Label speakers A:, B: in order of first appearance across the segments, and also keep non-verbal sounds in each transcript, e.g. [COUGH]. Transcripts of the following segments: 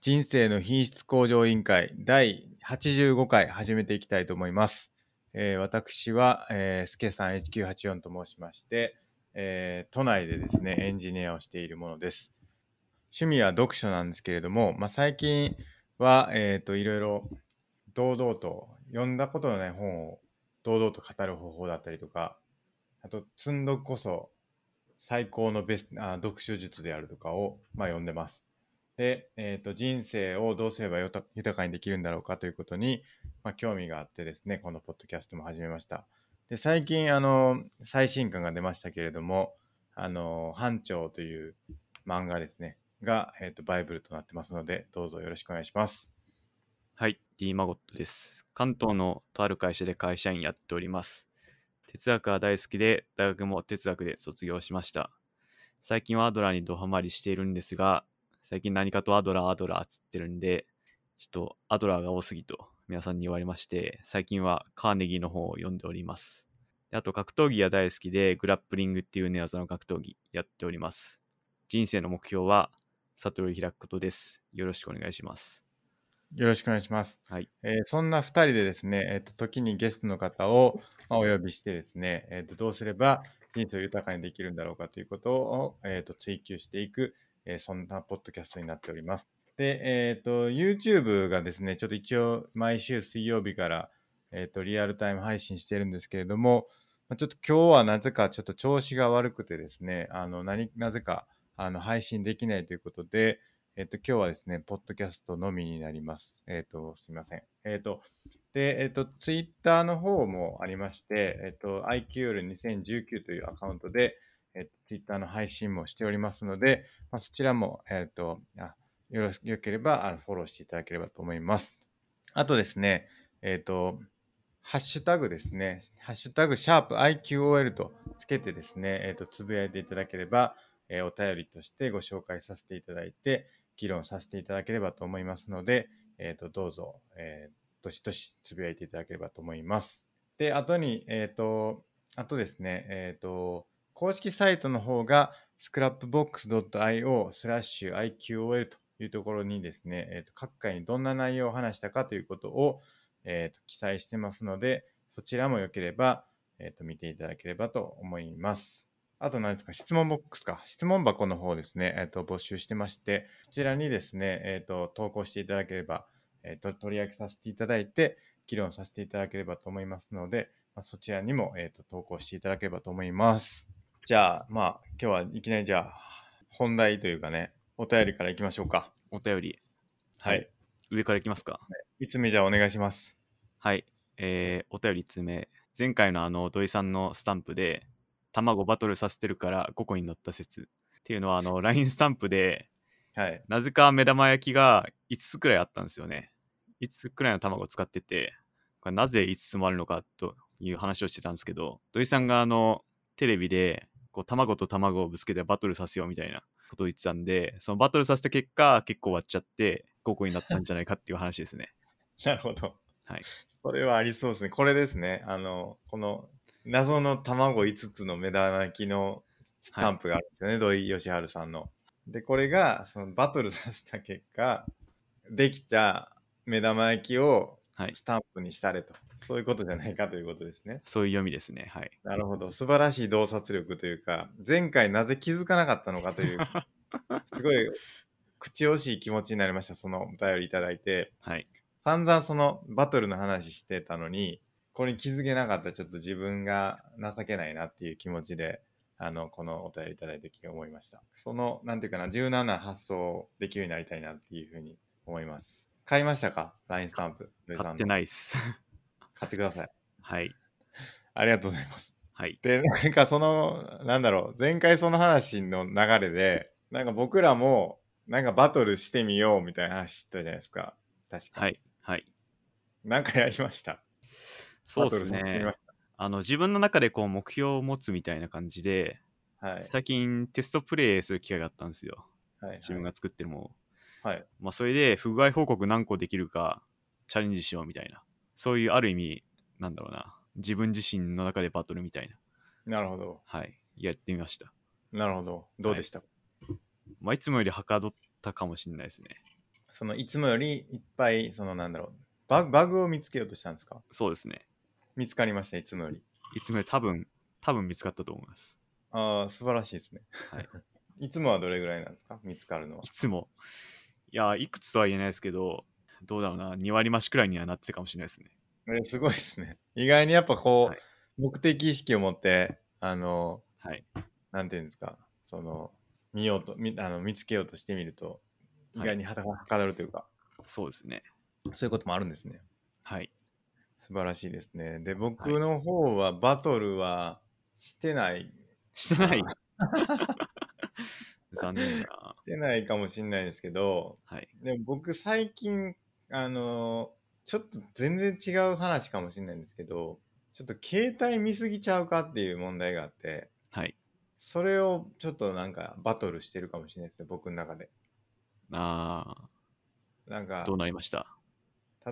A: 人生の品質向上委員会第85回始めていきたいと思います。えー私は、えー、すけさん1984と申しまして、えー都内でですね、エンジニアをしているものです。趣味は読書なんですけれども、まあ、最近は、えーと、いろいろ堂々と読んだことのない本を堂々と語る方法だったりとか、あと、積んどくこそ最高のベスあ読書術であるとかを、まあ、読んでます。で、えー、と人生をどうすればよた豊かにできるんだろうかということに、まあ、興味があってですねこのポッドキャストも始めましたで最近あの最新刊が出ましたけれども「あの班長」という漫画ですねが、えー、とバイブルとなってますのでどうぞよろしくお願いします
B: はい、D マゴットです。関東のとある会社で会社員やっております。哲学は大好きで、大学も哲学で卒業しました。最近はアドラーにドハマりしているんですが、最近何かとアドラー、アドラーつってるんで、ちょっとアドラーが多すぎと皆さんに言われまして、最近はカーネギーの本を読んでおります。であと格闘技が大好きで、グラップリングっていう寝技の格闘技やっております。人生の目標は、悟りを開くことです。よろしくお願いします。
A: よろしくお願いします。
B: はい
A: えーそんな2人でですね、えーと時にゲストの方を、まあ、お呼びしてですね、えーとどうすれば人生を豊かにできるんだろうかということを、えーと追求していく、えーそんなポッドキャストになっております。で、えーと YouTube がですね、ちょっと一応毎週水曜日から、えーとリアルタイム配信してるんですけれども、まあちょっと今日はなぜかちょっと調子が悪くてですね、あの何なぜかあの配信できないということで、えっと、今日はですね、ポッドキャストのみになります。えっと、すみません。えっと、で、えっと、ツイッターの方もありまして、えっと、IQL2019 というアカウントで、えっと、ツイッターの配信もしておりますので、まあ、そちらも、えっと、あよろしよければあのフォローしていただければと思います。あとですね、えっと、ハッシュタグですね、ハッシュタグ、シャープ i q o l とつけてですね、えっと、つぶやいていただければ、えーお便りとしてご紹介させていただいて、議論させていただければと思いますので、えっとどうぞ、えー、どしどしつぶやいていただければと思います。で、あとに、えっ、と、あとですね、えっ、と、公式サイトの方が scrapbox.io スラッシュ IQOL というところにですね、えーと各回にどんな内容を話したかということを、えーと記載してますので、そちらもよければ、えっと見ていただければと思います。あと何ですか質問ボックスか。質問箱の方ですね、えっと募集してまして、こちらにですね、えっと投稿していただければ、えっと取り上げさせていただいて、議論させていただければと思いますので、まあ、そちらにも、えっと投稿していただければと思います。じゃあ、まあ、今日はいきなりじゃあ、本題というかね、お便りからいきましょうか。
B: お便り、
A: は
B: はいい。上からいきますか。
A: いつめじゃあお願いします。
B: はい。えー、お便り1つ目。前回のあの、土井さんのスタンプで、卵バトルさせてるから5個になった説。っていうのは、あの、LINE スタンプで、
A: はい。
B: なぜか目玉焼きが5つくらいあったんですよね。5つくらいの卵を使ってて、これなぜ5つもあるのかという話をしてたんですけど、土井さんがあの、テレビで、こう、卵と卵をぶつけてバトルさせようみたいなことを言ってたんで、そのバトルさせた結果、結構割っちゃって、5個になったんじゃないかっていう話ですね。
A: なるほど。
B: はい。
A: それはありそうですね。これですね。あの、この謎の卵5つの目玉焼きのスタンプがあるんですよね。土井善治さんの。で、これが、そのバトルさせた結果、できた目玉焼きを
B: はい
A: スタンプにしたれと。そういうことじゃないかということですね。
B: そういう読みですね。はい。
A: なるほど。素晴らしい洞察力というか、前回なぜ気づかなかったのかと
B: [LAUGHS]
A: いう、すごい口惜しい気持ちになりました。そのお便りいただいて。
B: はい。
A: 散々そのバトルの話してたのに、これに気づけなかったちょっと自分が情けないなっていう気持ちで、あの、このお便りいただいた時思いました。その、なんていうかな、柔軟な発想できるようになりたいなっていうふうに思います。買いましたか ?LINE スタンプ。
B: 買って
A: い。
B: ないっす。 [LAUGHS]
A: 買ってください。
B: はい。
A: ありがとうございます。
B: はい。
A: で、なんかその、なんだろう、前回その話の流れで、なんか僕らも、なんかバトルしてみようみたいな話したじゃないですか。確か。
B: はい。はい。
A: なんかやりました。
B: そ
A: バ
B: うです
A: トルさせてみま
B: ね
A: し。
B: あの、自分の中でこう目標を持つみたいな感じで、
A: た。はい。
B: 最近テストプレイする機会があったんですよ。
A: はいはい
B: 自分が作ってるものを。
A: はい
B: まあ、それで不具合報告何個できるかチャレンジしようみたいな。そういうある意味、なんだろうな。自分自身の中でバトルみたいな。
A: なるほど。
B: はい。やってみました。
A: なるほど。どうでした、
B: まあ、いつもよりはかどったかもしれないですね。
A: そのいつもよりいっぱい、そのなんだろう、バグバグを見つけようとしたんですか
B: そうですね。
A: 見つかりました、いつもより。
B: いつもより多分、多分見つかったと思います。
A: ああ、素晴らしいですね。
B: はい。。
A: [LAUGHS] いつもはどれぐらいなんですか見つかるのはい
B: つも。いや、いくつとは言えないですけど、どうだろうな、2割増しくらいにはなってたかもしれないですね。
A: えすごいですね。意外にやっぱこう、
B: はい
A: 目的意識を持って、あの、
B: はい。
A: なんていうんですか、その、見ようと、みあの見つけようとしてみると、意外にはたはかどるというか、
B: そうですね。
A: そういうこともあるんですね。
B: はい。
A: 素晴らしいですね。で、僕の方はバトルはしてない、
B: してない。残念だな。
A: してないかもしれないですけど、
B: はい。
A: でも僕最近、あの、ちょっと全然違う話かもしれないんですけど、ちょっと携帯見すぎちゃうかっていう問題があって、
B: はい。
A: それをちょっとなんかバトルしてるかもしれないですね、僕の中で。
B: あ
A: なんか
B: ー、どうなりました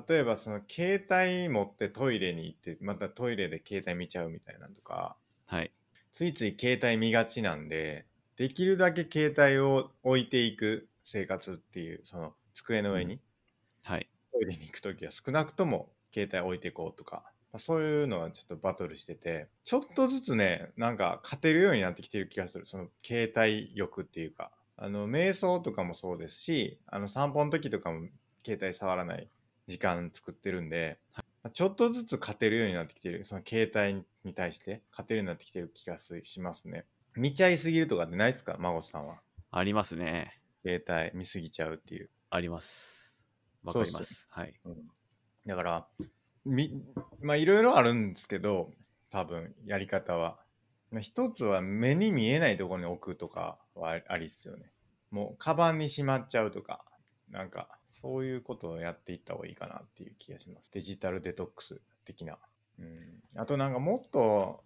A: 例えばその携帯持ってトイレに行ってまたトイレで携帯見ちゃうみたいなのとか
B: はい。
A: ついつい携帯見がちなんでできるだけ携帯を置いていく生活っていうその机の上に、
B: はい。
A: トイレに行く時は少なくとも携帯置いていこうとか、まあ、そういうのはちょっとバトルしててちょっとずつねなんか勝てるようになってきてる気がするその携帯欲っていうかあの瞑想とかもそうですしあの散歩の時とかも携帯触らない時間作ってるんで、まあちょっとずつ勝てるようになってきてるその携帯に対して勝てるようになってきてる気がすしますね見ちゃいすぎるとかってないですか孫さんは
B: ありますね。
A: 携帯見すぎちゃうっていう
B: あります。わかります。はい。
A: だから、みまあいろいろあるんですけど、多分やり方は。まあ一つは目に見えないところに置くとかはありっすよね。もう、カバンにしまっちゃうとか、なんか、そういうことをやっていった方がいいかなっていう気がします。デジタルデトックス的な。うん。あとなんかもっと、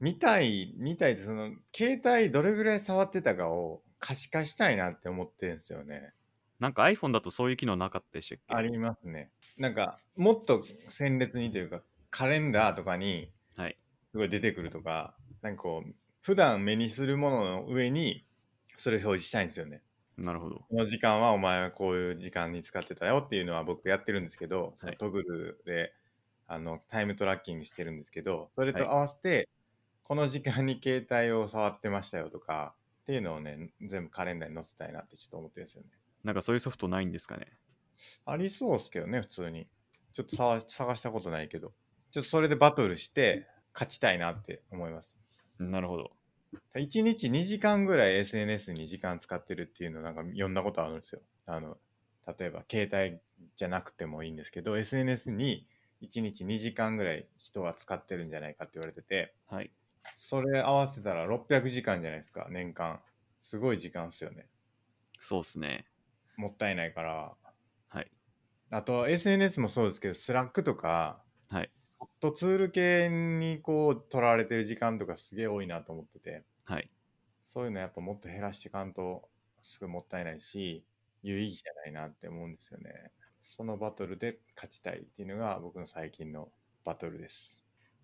A: 見たい、見たいって、その、携帯どれぐらい触ってたかを可視化したいなって思ってるんですよね。
B: なんか iPhone だとそういう機能なかったでしたっけ
A: ありますね。なんか、もっと鮮烈にというか、カレンダーとかに、
B: はい
A: すごい出てくるとか、なんかこう、普段目にするものの上に、それを表示したいんですよね。
B: なるほど。
A: この時間はお前はこういう時間に使ってたよっていうのは僕やってるんですけど、
B: はい
A: トグルで、あの、タイムトラッキングしてるんですけど、それ
B: はい
A: と合わせて、この時間に携帯を触ってましたよとか、っていうのをね、全部カレンダーに載せたいなってちょっと思ってるんですよね。
B: なんかそういうソフトないんですかね
A: ありそうっすけどね、普通に。ちょっと探探したことないけど。ちょっとそれでバトルして、勝ちたいなって思います。
B: なるほど。
A: 1日2時間ぐらい SNS に時間使ってるっていうのなんか読んだことあるんですよ。あの、例えば携帯じゃなくてもいいんですけど、SNS に1日2時間ぐらい人が使ってるんじゃないかって言われてて、
B: はい。
A: それ合わせたら600時間じゃないですか、年間。すごい時間っすよね。
B: そうっすね。
A: もったいないから。
B: はい。
A: あと SNS もそうですけど、スラックとか、
B: はい。
A: ホットツール系にこう取られてる時間とかすげえ多いなと思ってて、
B: はい。
A: そういうのやっぱもっと減らしていかんとすぐもったいないし、有意義じゃないなって思うんですよね。そのバトルで勝ちたいっていうのが僕の最近のバトルです。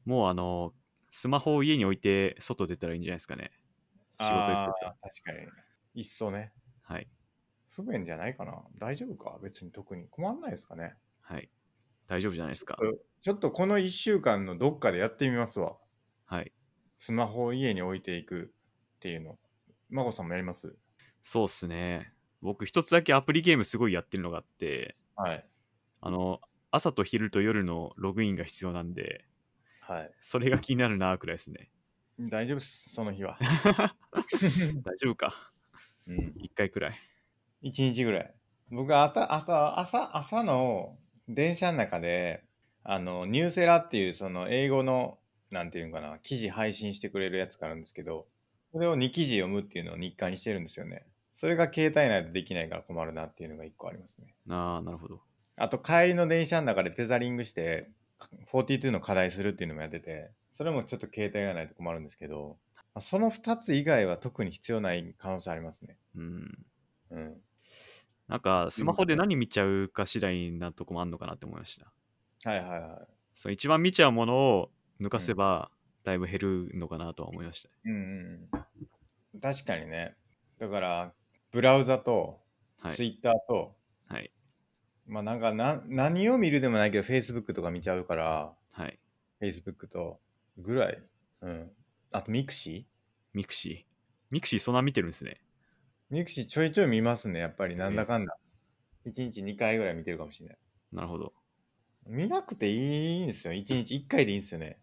B: もうあの、スマホを家に置いて外出たらいいんじゃないですかね。仕事行
A: あ
B: くと。
A: ー確かに。いっそね。
B: はい。
A: 不便じゃないかな大丈夫か別に特に困んないですかね。
B: はい。大丈夫じゃないですか。
A: ちょっとこの1週間のどっかでやってみますわ。
B: はい。
A: スマホを家に置いていくっていうの。まこさんもやります
B: そうっすね。僕一つだけアプリゲームすごいやってるのがあって、
A: はい。
B: あの、朝と昼と夜のログインが必要なんで、
A: はい。
B: それが気になるなくらいですね。 [LAUGHS]
A: 大丈夫っす、その日 [LAUGHS] は。
B: 大丈夫か。
A: うん、
B: 一回くらい。
A: 1日ぐらい。僕はあたあた朝朝の電車の中で、あのニューセラっていうその英語の、なんていうのかな、記事配信してくれるやつがあるんですけど、それを2記事読むっていうのを日課にしてるんですよね。それが携帯内でできないから困るなっていうのが1個ありますね。
B: ああ、なるほど。
A: あと帰りの電車の中でテザリングして42の課題するっていうのもやっててそれもちょっと携帯がないと困るんですけどまあその2つ以外は特に必要ない可能性ありますね
B: うん。
A: うん
B: なんか、スマホで何見ちゃうか次第なとこもあんのかなって思いました。
A: はいはいは
B: そう一番見ちゃうものを抜かせば、だいぶ減るのかなとは思いました。
A: いうん、うん、確かにねだからブラウザと
B: はい。
A: ツイッターと
B: はい。
A: まあなんかな何を見るでもないけど Facebook とか見ちゃうから
B: はい。
A: Facebook とぐらいうんあと Mixi
B: ミクシー。ミクシーそんな見てるんですね。
A: Mixi ちょいちょい見ますねやっぱりなんだかんだ1日2回ぐらい見てるかもしれない
B: なるほど。
A: 見なくていいんですよ1日1回でいいんですよね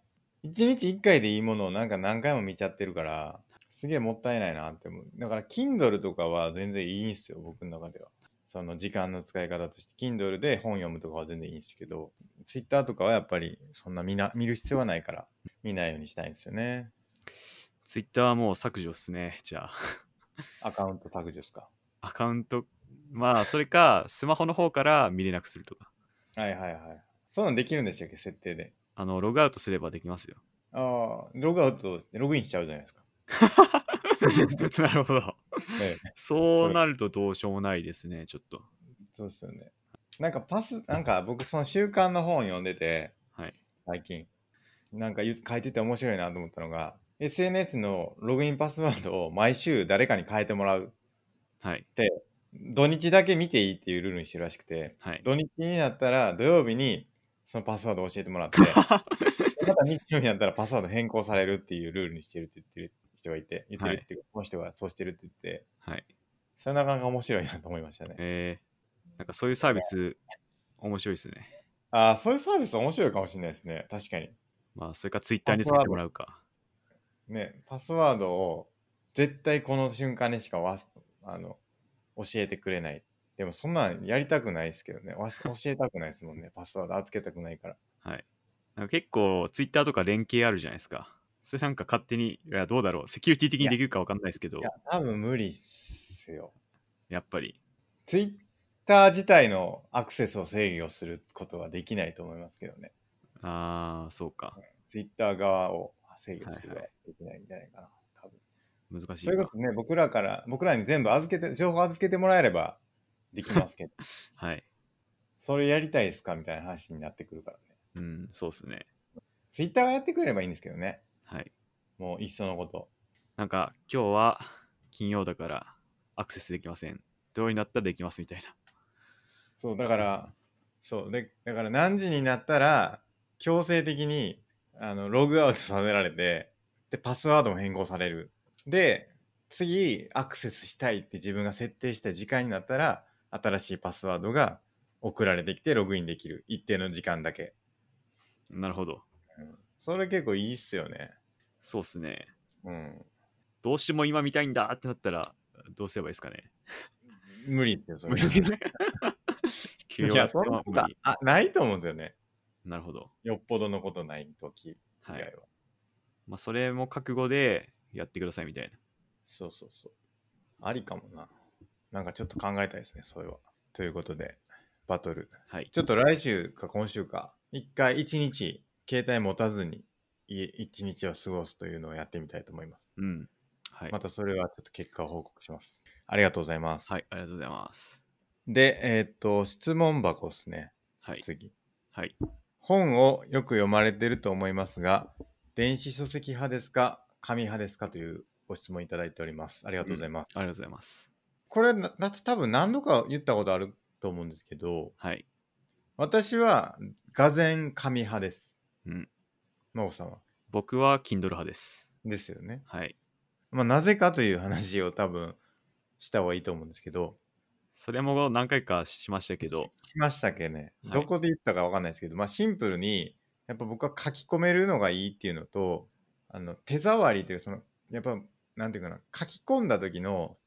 A: 1日1回でいいものをなんか何回も見ちゃってるからすげえもったいないなって思うだから Kindle とかは全然いいんですよ僕の中ではその時間の使い方として Kindle で本読むとかは全然いいんですけど Twitter とかはやっぱりそんな見な見る必要はないから見ないようにしたいんですよね
B: ツイッターはもう削除っすね。じゃあ。
A: アカウント削除ですか
B: アカウント、まあ、それか、スマホの方から見れなくするとか。
A: はいはいはいそうなんできるんでしたっけ設定で
B: あの、ログアウトすればできますよ。 [LAUGHS]
A: ああログアウトログインしちゃうじゃないですか、
B: なるほど。
A: ええ
B: そうなるとどうしようもないですね、ちょっと。
A: そうですよね。なんかパス、なんか僕その週刊の本読んでて、
B: はい。
A: 最近。なんか言う書いてて面白いなと思ったのが、SNS のログインパスワードを毎週誰かに変えてもらう。
B: はい。
A: 土日だけ見ていいっていうルールにしてるらしくて、
B: はい。
A: 土日になったら土曜日にそのパスワードを教えてもらって、また日曜日になったらパスワード変更されるっていうルールにしてるって言ってる人がいて、言ってるっていうか、この人がそうしてるって言って、
B: はい。
A: それはなかなか面白いなと思いましたね。
B: えー、なんかそういうサービス、面白いですね。
A: ああ、そういうサービス面白いかもしれないですね。確かに。
B: まあ、それかツイッターにつけてもらうか。
A: ね、パスワードを絶対この瞬間にしかわすあの教えてくれない。でもそんなんやりたくないです [LAUGHS] けどね。わし教えたくないですもんね。パスワード預けたくないから。
B: はい。なんか結構、ツイッターとか連携あるじゃないですか。それなんか勝手に、いや、どうだろう。セキュリティ的にできるかわかんないですけど
A: いや、、多分無理っすよ。
B: やっぱり。
A: ツイッター自体のアクセスを制御することはできないと思いますけどね。
B: ああ、そうか。
A: ツイッター側を制御すること
B: はい
A: はできないんじゃないかな。多分
B: 難しい
A: それこ
B: か。
A: そね、僕らから、僕らに全部預けて、情報預けてもらえればできますけど、
B: はい。
A: それやりたいですかみたいな話になってくるからね。
B: うん、そうですね。
A: ツイッターがやってくれればいいんですけどね。
B: はい。
A: もういっそのこと。
B: なんか、今日は金曜だからアクセスできません。土曜になったらできますみたいな。
A: そう、だから、そう、で、だから何時になったら、強制的に、あの、ログアウトさせられて、で、パスワードも変更される。で、次、アクセスしたいって自分が設定した時間になったら、新しいパスワードが送られてきてログインできる。一定の時間だけ。
B: な [LAUGHS] るほど。
A: それ結構いいっすよね。
B: そうっすね。
A: うん。
B: どうしても今見たいんだってなったら、どうすればいいです
A: [LAUGHS]
B: かね。
A: 無理っすよ、それ。
B: 理ね。休養
A: いや、そんなことはあないと思うんですよね。
B: なるほど。
A: よっぽどのことない時以
B: は
A: 外は。
B: い。まあ、それも覚悟でやってくださいみたいな。
A: そうそうそう。ありかもな。なんかちょっと考えたいですね、それは。ということで、バトル。
B: はい。
A: ちょっと来週か今週か、一回一日、携帯持たずに、い一日を過ごすというのをやってみたいと思います。
B: うん。はい。
A: またそれはちょっと結果を報告します。ありがとうございます。
B: はい。ありがとうございます。
A: で、えーっと、質問箱ですね、
B: はい。
A: 次。
B: はい。
A: 本をよく読まれてると思いますが、電子書籍派ですか、紙派ですかというご質問いただいております。ありがとうございます。
B: ありがとうございます。
A: これなだって多分何度か言ったことあると思うんですけど
B: はい。
A: 私は俄然紙派です
B: うん
A: 真帆さんは
B: 僕は Kindle 派です。
A: ですよね、
B: はい。
A: まあ、なぜかという話を多分した方がいいと思うんですけど
B: それも何回かしましたけど、
A: しましたっけね、
B: はい
A: どこで言ったかわかんないですけど、まあ、シンプルにやっぱ僕は書き込めるのがいいっていうのとあの手触りというかそのやっぱなんていうかな書き込んだ時の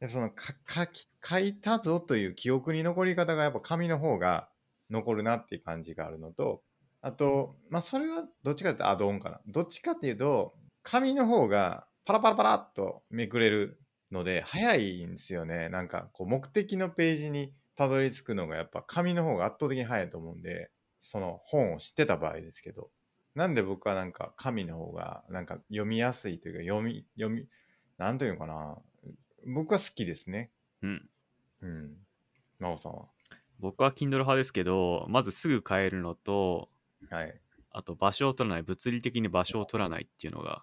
A: やっぱそのか書き書いたぞという記憶に残り方がやっぱ紙の方が残るなっていう感じがあるのとあとまあそれはどっちかというとアドオンかなどっちかっていうと紙の方がパラパラパラっとめくれるので早いんですよねなんかこう目的のページにたどり着くのがやっぱ紙の方が圧倒的に早いと思うんでその本を知ってた場合ですけどなんで僕はなんか紙の方がなんか読みやすいというか読み読みなんというのかな僕は好きですね
B: うん。
A: うん真帆さんは
B: 僕は Kindle 派ですけど、まずすぐ買えるのと、
A: はい、
B: あと場所を取らない、物理的に場所を取らないっていうのが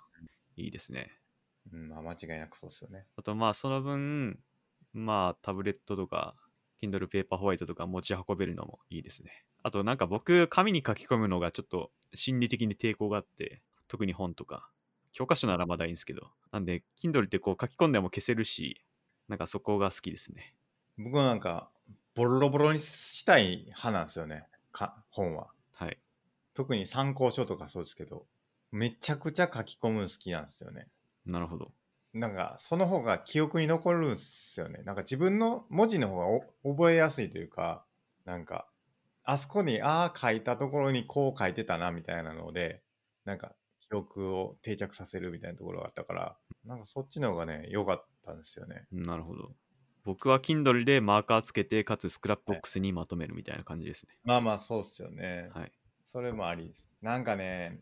B: いいですね。
A: うんまあ、間違いなくそうですよね
B: あとまあその分、まあタブレットとか Kindle Paper White とか持ち運べるのもいいですね。あとなんか僕、紙に書き込むのがちょっと心理的に抵抗があって、特に本とか、教科書ならまだいいんですけど、なんで Kindle ってこう書き込んでも消せるし、なんかそこが好きですね。
A: 僕はなんか、ボロボロにしたい派なんですよね、か本は。
B: はい。
A: 特に参考書とかそうですけど、めちゃくちゃ書き込むの好きなんですよね。
B: なるほど。
A: なんか、その方が記憶に残るんですよね。なんか自分の文字の方がお覚えやすいというか、なんか、あそこに、ああ書いたところにこう書いてたな、みたいなので、なんか、記憶を定着させるみたいなところがあったから、なんかそっちの方がね、良かったんですよね。
B: なるほど。僕は Kindle でマーカーつけて、かつスクラップボックスにまとめるみたいな感じですね。
A: まあまあ、そうっすよね。
B: はい。
A: それもありです。なんかね、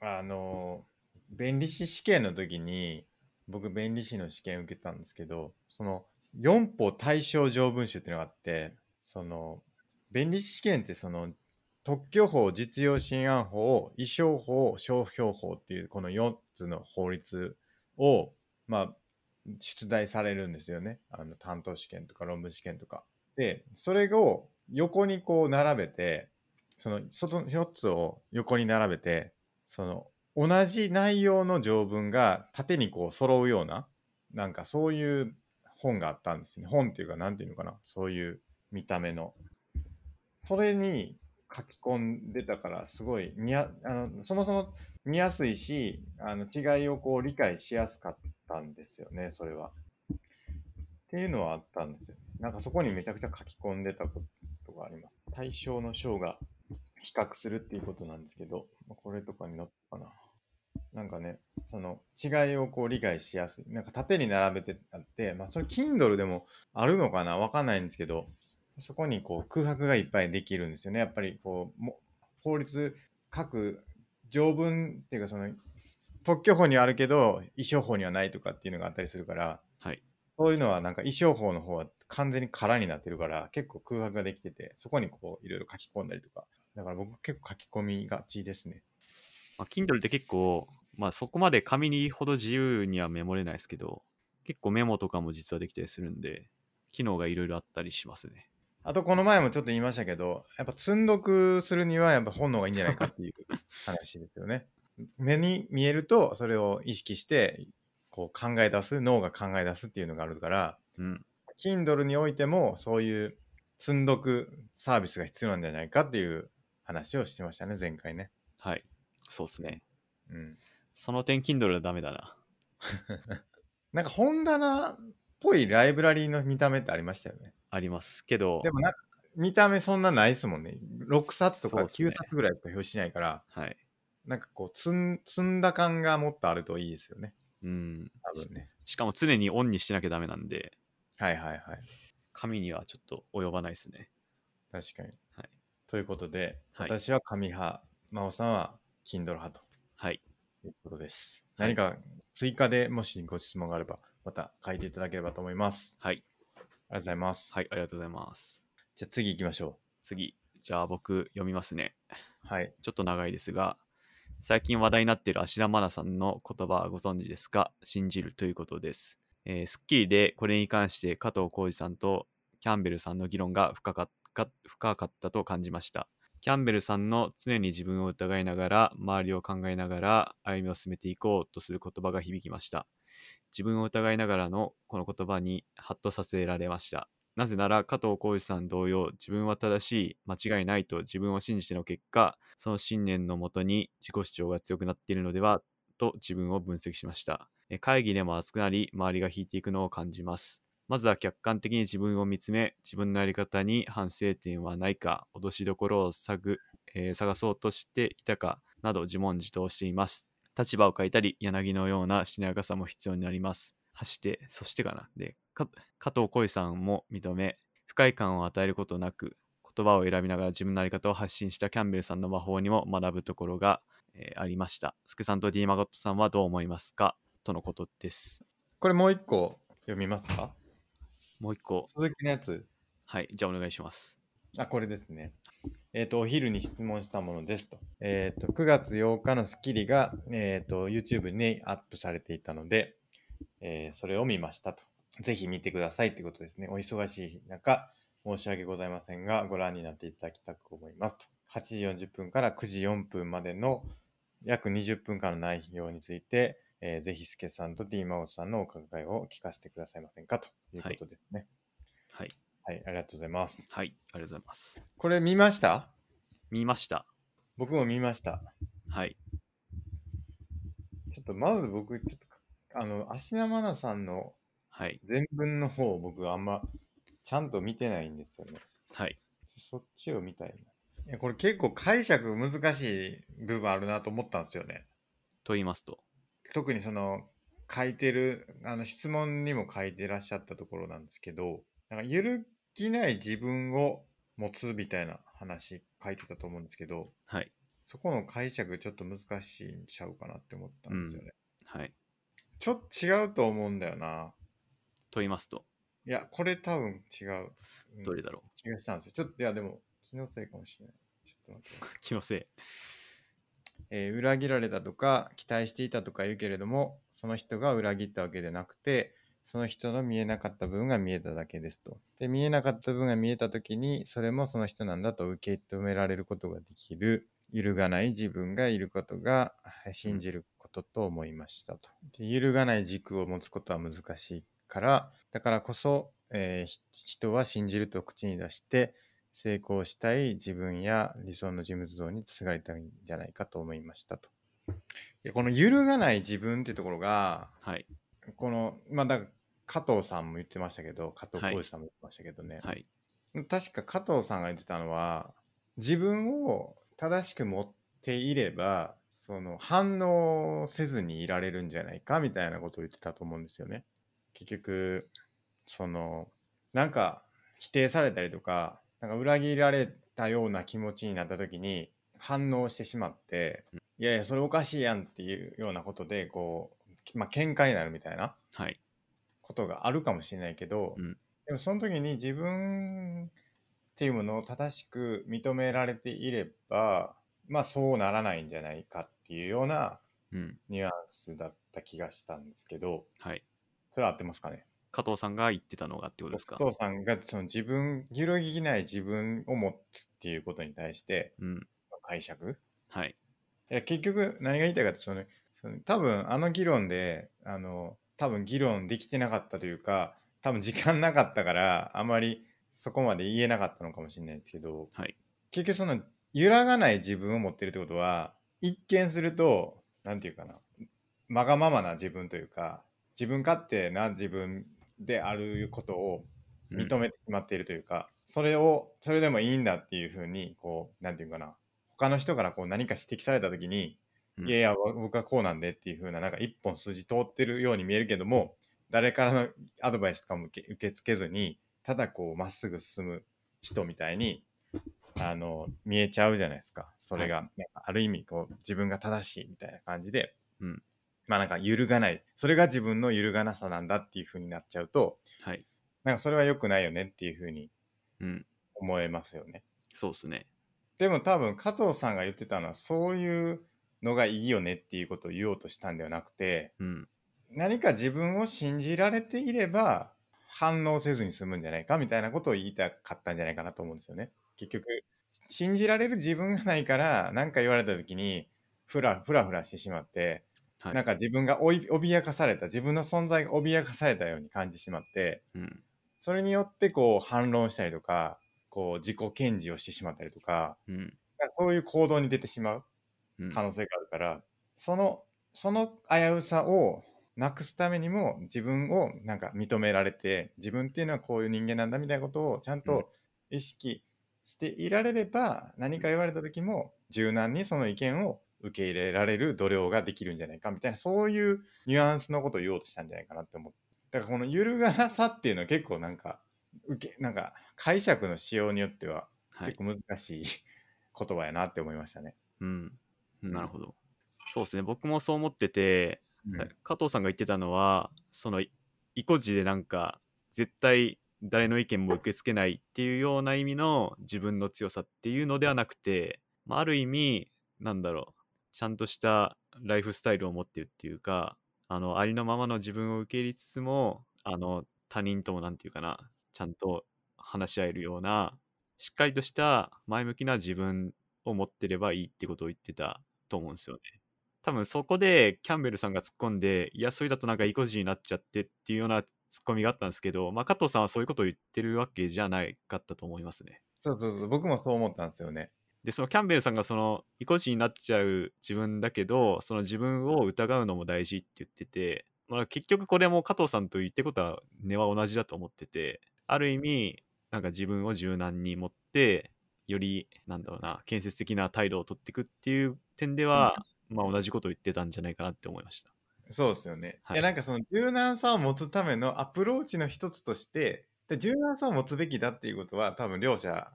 A: あの、弁理士試験の時に、僕、弁理士の試験受けたんですけど、その、4法対象条文集っていうのがあって、その、弁理士試験ってその、特許法、実用新案法、意証法、商標法っていうこの4つの法律を、まあ、出題されるんですよね。あの、担当試験とか論文試験とか。で、それを横にこう並べて、その外の4つを横に並べてその同じ内容の条文が縦にこう揃うようななんかそういう本があったんですね本っていうか何ていうのかなそういう見た目のそれに書き込んでたからすごい見やあのそもそも見やすいしあの違いをこう理解しやすかったんですよねそれは。っていうのはあったんですよ。なんかそこにめちゃくちゃ書き込んでたことがあります。対象の章が比較するっていうことなんですけど、まあこれとかに載ったかな。なんかね、その違いをこう理解しやすい。なんか縦に並べてあって、まあそれ Kindle でもあるのかなわかんないんですけど、そこにこう空白がいっぱいできるんですよね。やっぱりこう、も法律各条文っていうかその特許法にはあるけど、衣装法にはないとかっていうのがあったりするから、
B: はい。
A: そういうのはなんか衣装法の方は完全に空になってるから結構空白ができててそこにこういろいろ書き込んだりとかだから僕結構書き込みがちですね
B: まあ、Kindle って結構、まあそこまで紙にほど自由にはメモれないですけど、結構メモとかも実はできたりするんで、機能がいろいろあったりしますね。
A: あとこの前もちょっと言いましたけどやっぱ積んどくするにはやっぱ本の方がいいんじゃないかっていう話ですよね目に見えるとそれを意識してこう考え出す脳が考え出すっていうのがあるから
B: うん。
A: Kindle においてもそういう積んどくサービスが必要なんじゃないかっていう話をしてましたね前回ね
B: はい。そうですね。
A: うん
B: その点、Kindle はダメだな。
A: なんか本棚っぽいライブラリーの見た目ってありましたよね。
B: ありますけど
A: で、もなんか見た目そんなないですもんね。6冊とか
B: そうっすね
A: 9冊ぐらいしか表紙しないから、
B: はい。
A: なんかこう積ん積んだ感がもっとあるといいですよね。
B: うん。
A: 多分ね。
B: しかも常にオンにしてなきゃダメなんで、
A: はいはいはい。
B: 紙にはちょっと及ばないですね。
A: 確かに。
B: はい
A: ということで、
B: はい
A: 私は紙派、真央さんは Kindle 派と
B: はい。
A: いうことです。
B: はい
A: 何か追加でもしご質問があれば、また書いていただければと思います。
B: はい。
A: ありがとうございます。
B: はい。ありがとうございます。
A: じゃあ次行きましょ
B: 次。じゃあ僕読みますね。
A: う。はい。
B: ちょっと長いですが、最近話題になっている芦田愛菜さんの言葉はご存知ですか信じるということです。えースッキリでこれに関して加藤浩二さんとキャンベルさんの議論が深かっか深かったと感じました。キャンベルさんの常に自分を疑いながら、周りを考えながら歩みを進めていこうとする言葉が響きました。自分を疑いながらのこの言葉にハッとさせられました。なぜなら加藤浩次さん同様自分は正しい間違いないと自分を信じての結果その信念のもとに自己主張が強くなっているのではと自分を分析しましたえ会議でも熱くなり周りが引いていくのを感じますまずは客観的に自分を見つめ自分のやり方に反省点はないか脅しどころを探,、えー探そうとしていたかなど自問自答しています立場を変えたり柳のようなしなやかさも必要になります走ってそしてかなでか加藤浩次さんも認め不快感を与えることなく言葉を選びながら自分の在り方を発信したキャンベルさんの魔法にも学ぶところが、えーありました。スケさんと D マゴットさんはどう思いますかとのことです。
A: これもう一個読みますか
B: もう一個、
A: 続きのやつ。
B: はい、じゃあお願いします。
A: あ、これですね。えっ、と、お昼に質問したものですと。えっ、と、9月8日のスッキリが、えっ、と、YouTube にアップされていたので、えーそれを見ましたと。ぜひ見てくださいってことですね。お忙しい中、申し訳ございませんが、ご覧になっていただきたく思います。8時40分から9時4分までの約20分間の内容について、えーぜひ、スケさんと D マオさんのお考えを聞かせてくださいませんかということですね。
B: はい。
A: はい、ありがとうございます。
B: はい。ありがとうございます。
A: これ見ました
B: 見ました。
A: 僕も見ました。
B: はい。
A: ちょっとまず僕、ちょっと、あの、芦田愛菜さんの
B: はい。
A: 全文の方を僕あんまちゃんと見てないんですよね。
B: はい。
A: そっちを見たいな。いや、これ結構解釈難しい部分あるなと思ったんですよね。
B: と言いますと。
A: 特にその書いてるあの質問にも書いてらっしゃったところなんですけどなんか揺るぎない自分を持つみたいな話書いてたと思うんですけど
B: はい。
A: そこの解釈ちょっと難しいんちゃうかなって思ったんですよね、
B: はい。
A: ちょっと違うと思うんだよな
B: と言いますと。
A: いやこれ多分違う、うん
B: どれだろ
A: 気がしたんですよちょっといやでも気のせいかもしれないちょっと待って
B: う。 [LAUGHS] 気のせい。
A: えー裏切られたとか期待していたとか言うけれどもその人が裏切ったわけでなくてその人の見えなかった部分が見えただけですと。で見えなかった部分が見えた時にそれもその人なんだと受け止められることができる揺るがない自分がいることがはい信じることと思いましたと。で揺るがない軸を持つことは難しいからだからこそ、えーひ人は信じると口に出して成功したい自分や理想の人物像にすがりたいんじゃないかと思いましたと。いやこの揺るがない自分っていうところが
B: はい。
A: このまあだから加藤さんも言ってましたけど加藤浩次さんも言ってましたけどね、
B: はい。
A: 確か加藤さんが言ってたのは自分を正しく持っていればその反応せずにいられるんじゃないかみたいなことを言ってたと思うんですよね。結局そのなんか否定されたりとかなんか裏切られたような気持ちになった時に反応してしまって、いやいやそれおかしいやんっていうようなことでこう、まあ喧嘩になるみたいな
B: はい。
A: ことがあるかもしれないけど、
B: うん
A: でもその時に自分っていうものを正しく認められていればまあそうならないんじゃないかっていうような
B: うん。
A: ニュアンスだった気がしたんですけど
B: はい。
A: それは合ってますかね
B: 加藤さんが言ってたのがってことですか
A: お父さんがその自分揺るぎない自分を持つっていうことに対して
B: うん。
A: の解釈
B: はい。
A: いや結局何が言いたいかってそのその多分あの議論であの多分議論できてなかったというか多分時間なかったからあまりそこまで言えなかったのかもしれないですけど、
B: はい
A: 結局その揺らがない自分を持ってるってことは一見すると何て言うかなわがままな自分というか自分勝手な自分であることを
B: うん
A: 認めてしまっているというか、それをそれでもいいんだっていうふうにこうなんていうかな他の人からこう何か指摘された時に、
B: うん
A: いやいやわ僕はこうなんでっていうふうななんか一本筋通ってるように見えるけども誰からのアドバイスとかも受け受け付けずにただこうまっすぐ進む人みたいにあの見えちゃうじゃないですかそれが、なんかある意味こう自分が正しいみたいな感じで、
B: うん
A: まあなんか揺るがないそれが自分の揺るがなさなんだっていうふうになっちゃうと
B: はい。
A: なんかそれは良くないよねっていうふうに
B: うん。
A: 思えますよね。
B: そうですね。
A: でも多分加藤さんが言ってたのはそういうのがいいよねっていうことを言おうとしたんではなくて
B: うん。
A: 何か自分を信じられていれば反応せずに済むんじゃないかみたいなことを言いたかったんじゃないかなと思うんですよね。結局信じられる自分がないから何か言われた時にふらふらふらしてしまって、
B: はい。
A: なんか自分がおい脅かされた自分の存在が脅かされたように感じてしまって
B: うん。
A: それによってこう反論したりとか、こう自己顕示をしてしまったりとか、
B: うん。
A: そういう行動に出てしまう
B: うん
A: 可能性があるから、その、その危うさをなくすためにも自分をなんか認められて、自分っていうのはこういう人間なんだみたいなことをちゃん
B: うん
A: と意識していられれば、何か言われた時も柔軟にその意見を受け入れられる度量ができるんじゃないかみたいな、そういうニュアンスのことを言おうとしたんじゃないかなって思って。だからこの揺るがなさっていうのは結構なんか、受け、なんか解釈の仕様によっては
B: は
A: 結
B: い。
A: 構難しい言葉やなって思いましたね。
B: うん。なるほど。そうですね。僕もそう思ってて、
A: うん
B: 加藤さんが言ってたのは、その、い意固地でなんか、絶対誰の意見も受け付けないっていうような意味の自分の強さっていうのではなくて、まあ、ある意味、なんだろう、ちゃんとしたライフスタイルを持ってるっていうか、あの、ありのままの自分を受け入れつつも、あの、他人ともなんていうかな、ちゃんと話し合えるようなしっかりとした前向きな自分を持ってればいいってことを言ってたと思うんですよね。多分そこでキャンベルさんが突っ込んでいやそれだとなんか意固地になっちゃってっていうような突っ込みがあったんですけど、まあ、加藤さんはそういうことを言ってるわけじゃないかったと思いますね。
A: そうそうそう、僕もそう思ったんですよね。
B: でそのキャンベルさんがその意固地になっちゃう自分だけどその自分を疑うのも大事って言ってて、まあ、結局これも加藤さんと言ってることは根は同じだと思っててある意味なんか自分を柔軟に持ってよりなんだろうな建設的な態度を取っていくっていう点では、まあ、同じことを言ってたんじゃないかなって思いました。
A: そうですよね。
B: は
A: い
B: い
A: や、なんかその柔軟さを持つためのアプローチの一つとして、で柔軟さを持つべきだっていうことは、多分両者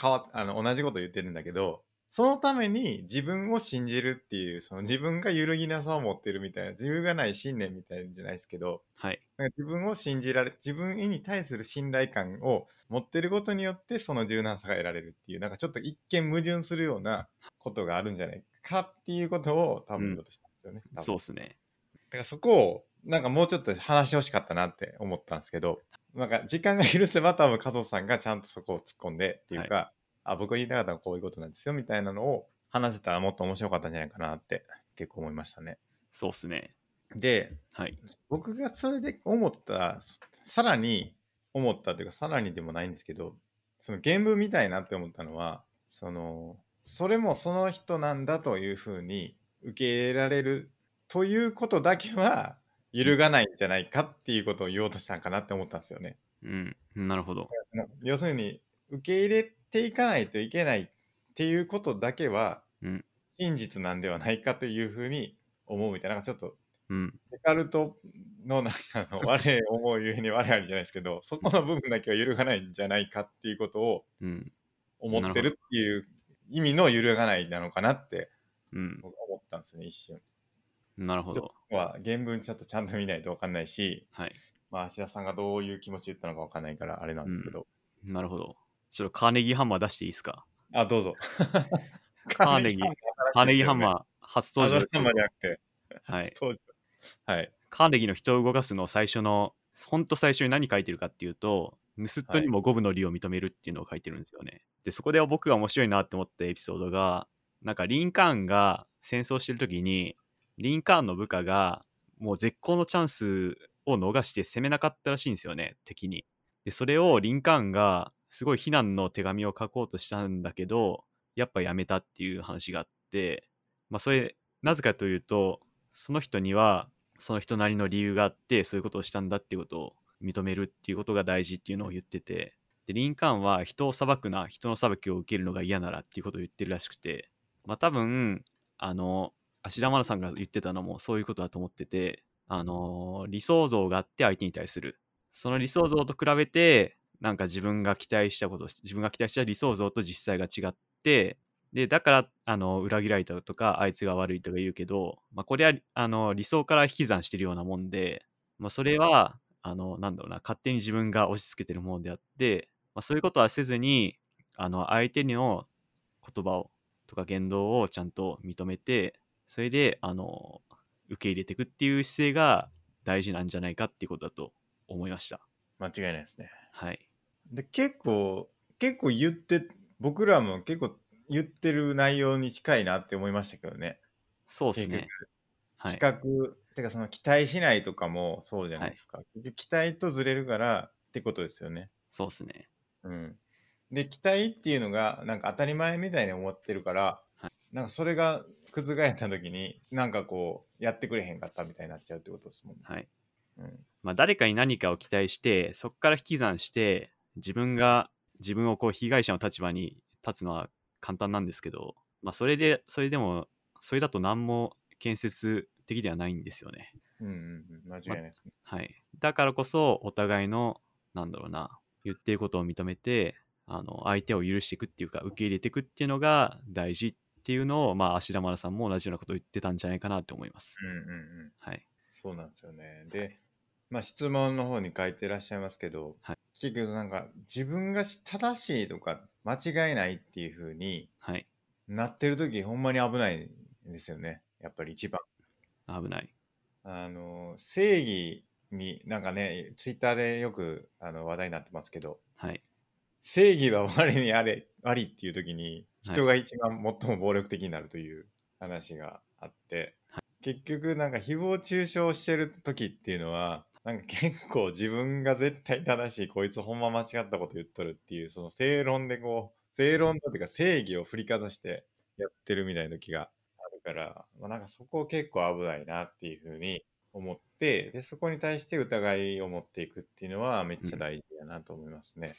A: 変わあの同じこと言ってるんだけど、そのために自分を信じるっていう、その自分が揺るぎなさを持ってるみたいな、自由がない信念みたいなんじゃないですけど、
B: はい、
A: なんか自分を信じられ、自分に対する信頼感を持ってることによって、その柔軟さが得られるっていう、なんかちょっと一見矛盾するようなことがあるんじゃないかっていうことを多分言おうとしたんですよね。多分
B: そうですね。
A: だからそこを、なんかもうちょっと話してほしかったなって思ったんですけど、なんか時間が許せば多分加藤さんがちゃんとそこを突っ込んでっていうか、あ、僕が言いたかったのはこういうことなんですよみたいなのを話せたらもっと面白かったんじゃないかなって結構思いましたね。
B: そうですね。
A: で、
B: はい。
A: 僕がそれで思った、さらに思ったというか、さらにでもないんですけど、その原文みたいなって思ったのは、その、それもその人なんだというふうに受け入れられるということだけは揺るがないんじゃないかっていうことを言おうとしたんかなって思ったんですよね。
B: うん、なるほど。
A: その要するに、受け入れていかないといけないっていうことだけは
B: うん、
A: 真実なんではないかというふうに思うみたいな、なんかちょっと
B: うん、
A: デカルトのなんかの我思うゆえに我ありじゃないですけど、そこの部分だけは揺るがないんじゃないかっていうことを
B: うん、
A: 思ってるっていう意味の揺るがないなのかなって
B: うん、
A: 僕は思ったんですね、一瞬。
B: なるほ
A: ちょ
B: ど。
A: っとは原文ちゃんとちゃんと見ないと分かんないし、
B: はい。
A: まあ、芦田さんがどういう気持ちで言ったのか分かんないからあれなんですけど。
B: なるほど。ちょっとカーネギーハンマー出していいですか
A: あ、どうぞ。
B: [LAUGHS] カーネギーカーネギーハンマー初
A: カー
B: 登場
A: ネギー
B: です
A: ハンマーじゃなくて、
B: はい。
A: 当時はい。
B: カーネギーの人を動かすの最初の、ほんと最初に何書いてるかっていうと、盗っ人にも五分の利を認めるっていうのを書いてるんですよね。で、そこで僕が面白いなって思ったエピソードが、なんかリンカーンが戦争してる時に、リンカーンの部下がもう絶好のチャンスを逃して攻めなかったらしいんですよね、敵に。で、それをリンカーンがすごい非難の手紙を書こうとしたんだけど、やっぱやめたっていう話があって、まあそれ、なぜかというと、その人にはその人なりの理由があってそういうことをしたんだっていうことを認めるっていうことが大事っていうのを言っててでリンカーンは人を裁くな人の裁きを受けるのが嫌ならっていうことを言ってるらしくてまあ多分あの芦田愛菜さんが言ってたのもそういうことだと思っててあの理想像があって相手に対するその理想像と比べてなんか自分が期待したこと自分が期待した理想像と実際が違ってでだからあの裏切られたとかあいつが悪いとか言うけど、まあ、これはあの理想から引き算してるようなもんで、まあ、それはあのなんだろうな勝手に自分が押し付けてるものであって、まあ、そういうことはせずにあの相手の言葉をとか言動をちゃんと認めてそれであの受け入れていくっていう姿勢が大事なんじゃないかっていうことだと思いました。
A: 間違いないですね。
B: はい、
A: で結構結構言って僕らも結構言ってる内容に近いなって思いましたけどね、
B: そうですね。は
A: 比
B: い、
A: 較てかその期待しないとかもそうじゃないですか、結局期待とずれるからってことですよね
B: そうですね。
A: うんで期待っていうのがなんか当たり前みたいに思ってるから、なんかそれが覆った時になんかこうやってくれへんかったみたいになっちゃうってことですもんね、
B: はい
A: うん、
B: まあ、誰かに何かを期待してそこから引き算して自分が自分をこう被害者の立場に立つのは簡単なんですけど、まあ、それでそれでもそれだと何も建設的ではないんですよね。
A: うんうんうん間違いないですね、
B: はい、だからこそお互いのなんだろうな言ってることを認めてあの相手を許していくっていうか受け入れていくっていうのが大事っていうのを、まあ、芦田愛菜さんも同じようなことを言ってたんじゃないかなと思います。
A: うんうんうん
B: はい、
A: そうなんですよね。で、まあ、質問の方に書いてらっしゃいますけど、
B: はい
A: 結局なんか自分が正しいとか間違いないっていう風に
B: はい、
A: なってる時ほんまに危ないんですよね。やっぱり一番。
B: 危ない。
A: あの正義になんかねツイッターでよくあの話題になってますけど
B: はい、
A: 正義は我にあれ [LAUGHS] ありっていう時に
B: はい
A: 人が一番最も暴力的になるという話があって、結局なんか誹謗中傷してる時っていうのはなんか結構自分が絶対正しいこいつほんま間違ったこと言っとるっていうその正論でこう正論というか正義を振りかざしてやってるみたいな時があるから、まあ、なんかそこ結構危ないなっていうふうに思ってでそこに対して疑いを持っていくっていうのはめっちゃ大事だなと思いますね。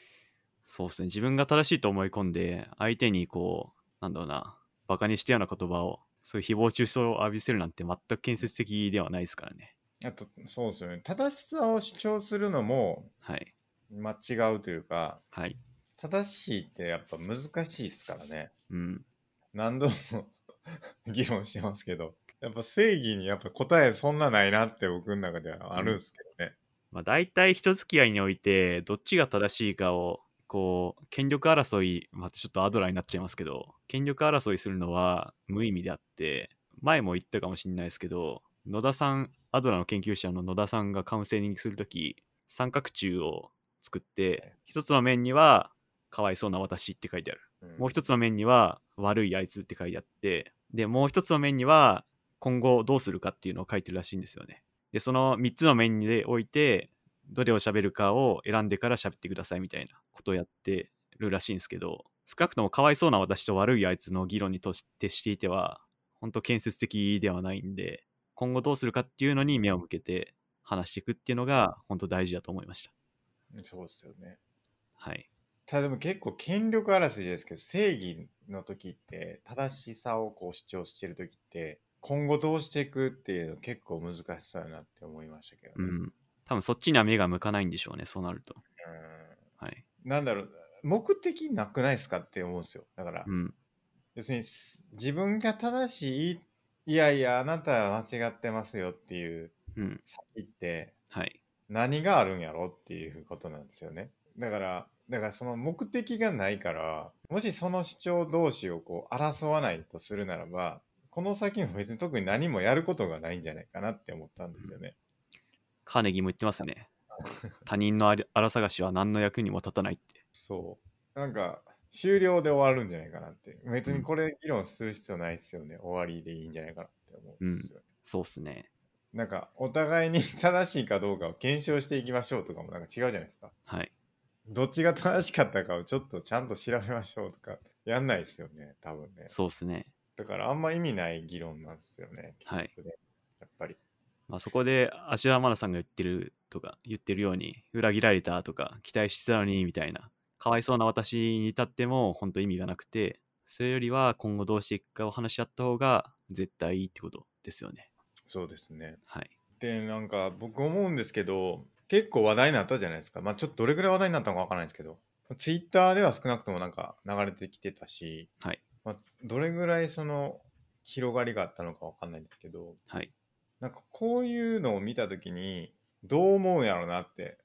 B: そうですね。自分が正しいと思い込んで、相手にこう、なんだろうな、バカにしたような言葉を、そういう誹謗中傷を浴びせるなんて全く建設的ではないですからね。
A: あと、そうですよね。正しさを主張するのも、
B: はい。
A: 間違うというか、
B: はい。
A: 正しいってやっぱ難しいですからね。
B: うん。
A: 何度も [LAUGHS] 議論してますけど、やっぱ正義にやっぱ答えそんなないなって僕の中ではあるんですけどね。
B: まあ、大体人付き合いにおいて、どっちが正しいかを、こう、権力争い、またちょっとアドラーになっちゃいますけど、権力争いするのは無意味であって、前も言ったかもしれないですけど、野田さん、アドラーの研究者の野田さんがカウンセリングするとき、三角柱を作って、一つの面には、かわいそうな私って書いてある。もう
A: 一
B: 一つの面には悪いあいつって書いてあってでもう一つの面には今後どうするかっていうのを書いてるらしいんですよねでその3つの面に置いてどれを喋るかを選んでから喋ってくださいみたいなことをやってるらしいんですけど少なくともかわいそうな私と悪いあいつの議論にとしてしていては本当建設的ではないんで今後どうするかっていうのに目を向けて話していくっていうのが本当大事だと思いました
A: そうですよね。
B: はい
A: ただでも結構権力争いですけど、正義の時って、正しさをこう主張してる時って、今後どうしていくっていうの結構難しそうやなって思いましたけどね。
B: う
A: うん
B: ん多分そっちには目が向かないんでしょうねそうなるとはい
A: なんだろう、目的なくないですかって思うんですよ。だから、
B: うん
A: 要するにす自分が正しい、いやいや、あなたは間違ってますよっていう
B: うん
A: 先って
B: はい
A: 何があるんやろっていうことなんですよね。だから、だからその目的がないから、もしその主張同士をこう争わないとするならば、この先も別に特に何もやることがないんじゃないかなって思ったんですよね。
B: カーネギーも言ってますね。他人のあり荒探しは何の役にも立たないって。
A: そう。なんか、終了で終わるんじゃないかなって。別にこれ議論する必要ないですよね。終わりでいいんじゃないかなって思うんですよ。
B: そうっすね。
A: なんか、お互いに正しいかどうかを検証していきましょうとかもなんか違うじゃないですか。
B: はい。
A: どっちが正しかったかをちょっとちゃんと調べましょうとか、やんないですよね。多分ね。
B: そうっすね。
A: だからあんま意味ない議論なんですよね。
B: はい
A: 結局ね。やっぱり。
B: まあ、そこで、芦田愛菜さんが言ってるとか、言ってるように、裏切られたとか、期待してたのに、みたいな。かわいそうな私に至っても、本当意味がなくて、それよりは今後どうしていくかを話し合った方が、絶対いいってことですよね。
A: そうですね。
B: はい。
A: で、なんか僕思うんですけど、結構話題になったじゃないですか。まあちょっとどれぐらい話題になったのかわからないですけど、ツイッターでは少なくともなんか流れてきてたし、
B: はい
A: まあ、どれぐらいその広がりがあったのかわかんないんですけど、
B: はい。 [LAUGHS]
A: なんかこういうのを見たときに、どう思うんやろうなって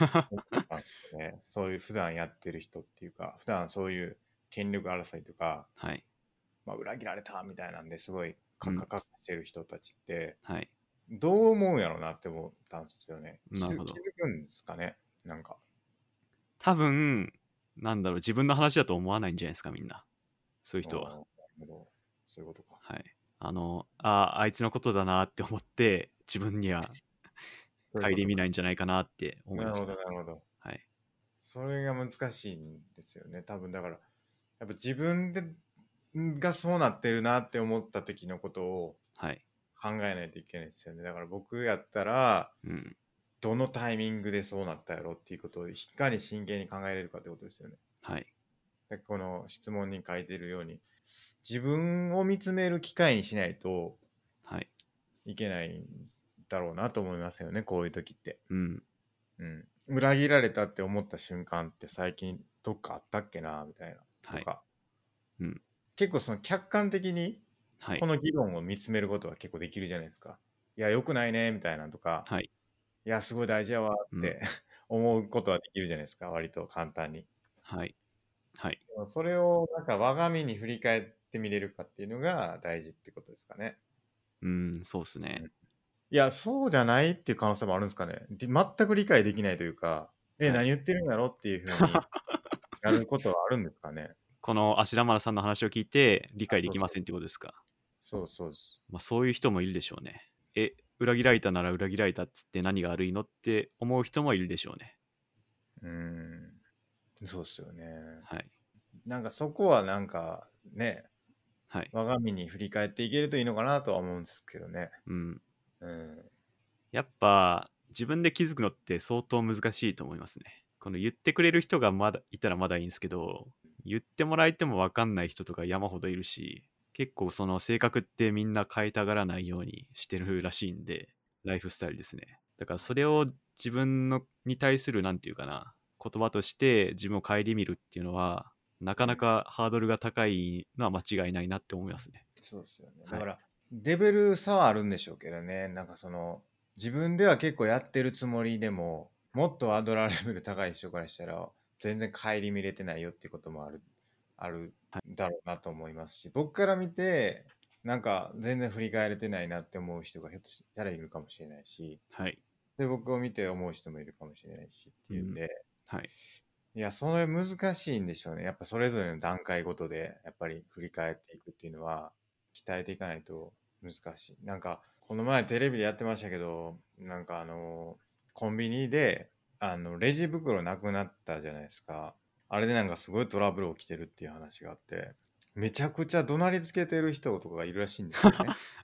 A: 思ったんですよね。そういう普段やってる人っていうか、普段そういう権力争いとか、
B: はい。
A: まあ、裏切られたみたいなんですごいカッカカッカしてる人たちって、
B: はい。
A: どう思うんやろうなって思ったんですよね。気づ
B: なるほど
A: 気づくんですかねなんか。
B: 多分、なんだろう、自分の話だと思わないんじゃないですか、みんな。そういう人は
A: あー。な。るほどそういうことか。
B: はい。あの、ああ、あいつのことだなって思って、自分には顧みないんじゃないかなって思い
A: な
B: ま
A: る
B: し
A: ほど、
B: た。
A: なるほど。
B: はい。
A: それが難しいんですよね。多分だから、やっぱ自分でがそうなってるなって思った時のことを
B: はい。
A: 考えないといけないですよね。だから僕やったら、
B: うん。
A: どのタイミングでそうなったやろっていうことをいかに真剣に考えれるかってことですよね。
B: はい。
A: でこの質問に書いてるように自分を見つめる機会にしないと
B: はい。
A: いけないんだろうなと思いますよねこういう時って、
B: うん。
A: うん、裏切られたって思った瞬間って最近どっかあったっけなみたいな
B: は
A: と
B: い
A: か、。
B: うん
A: 結構その客観的に
B: はい
A: こ。の議論を見つめることは結構できるじゃないですか、い、やよくないねみたいなのとか、
B: はい。
A: い、やすごい大事やわって [LAUGHS] 思うことはできるじゃないですか割と簡単に
B: はい。はい。
A: でもそれをなんか我が身に振り返ってみれるかっていうのが大事ってことですかね。
B: うん、そうっすね。
A: いや、そうじゃないっていう可能性もあるんですかね。り全く理解できないというか、え、
B: はい
A: 何言ってるんだろうっていうふうにやることはあるんですかね。
B: この芦田愛菜さんの話を聞いて理解できませんってことですか。
A: そうそうです。
B: まあ、そういう人もいるでしょうね。え、裏切られたなら裏切られたっつって何が悪いのって思う人もいるでしょうね。
A: うーん。そうですよね。
B: はい。
A: なんかそこはなんかね、
B: はい。
A: 我が身に振り返っていけるといいのかなとは思うんですけどね。
B: うん。
A: うん。
B: やっぱ、自分で気づくのって相当難しいと思いますね。この言ってくれる人がまだいたらまだいいんですけど、言ってもらえても分かんない人とか山ほどいるし、結構その性格ってみんな変えたがらないようにしてるらしいんで、ライフスタイルですね。だからそれを自分のに対するなんていうかな、言葉として自分を顧みるっていうのは、なかなかハードルが高いのは間違いないなって思いますね。
A: そうですよね。
B: はい
A: だから、レベル差はあるんでしょうけどね。なんかその、自分では結構やってるつもりでも、もっとアドラーレベル高い人からしたら、全然顧みれてないよってこともある、ある
B: は
A: だろうなと思いますし、僕から見て、なんか全然振り返れてないなって思う人がひょっとしたらいるかもしれないし、
B: はい。
A: で、僕を見て思う人もいるかもしれないしっていうんで、
B: はい。
A: いや、それ難しいんでしょうね。やっぱそれぞれの段階ごとで、やっぱり振り返っていくっていうのは、鍛えていかないと難しい。なんか、この前テレビでやってましたけど、なんかあの、コンビニで、あの、レジ袋なくなったじゃないですか。あれでなんかすごいトラブル起きてるっていう話があって、めちゃくちゃ怒鳴りつけてる人とかがいるらしいんですよ
B: [LAUGHS]
A: ね。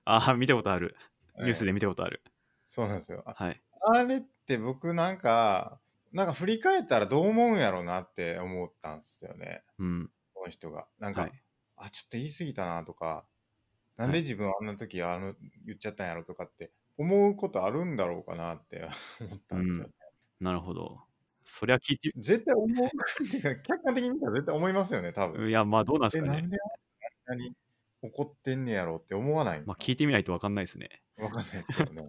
B: ああ、見たことある。ニュース
A: ええ
B: で見たことある。
A: そうなんですよ。あ
B: はい。
A: あれって僕なんか、なんか振り返ったらどう思うんやろうなって思ったんですよね。
B: うん。
A: その人が。なんか、
B: はい。
A: あ、ちょっと言い過ぎたなとか、なん
B: は
A: で
B: い
A: 自分あんな時あの言っちゃったんやろとかって思うことあるんだろうかなって [LAUGHS] 思ったんですよ。
B: なるほど。そりゃ聞いて、
A: [LAUGHS] 絶対思う、っていうか客観的に見たら絶対思いますよね、多分。
B: いや、まあどうなんで
A: え、
B: すか
A: な
B: ね
A: ん。であんなに怒ってんねやろって思わないの
B: まあ聞いてみないと分かんないですね。
A: わかんないけどね。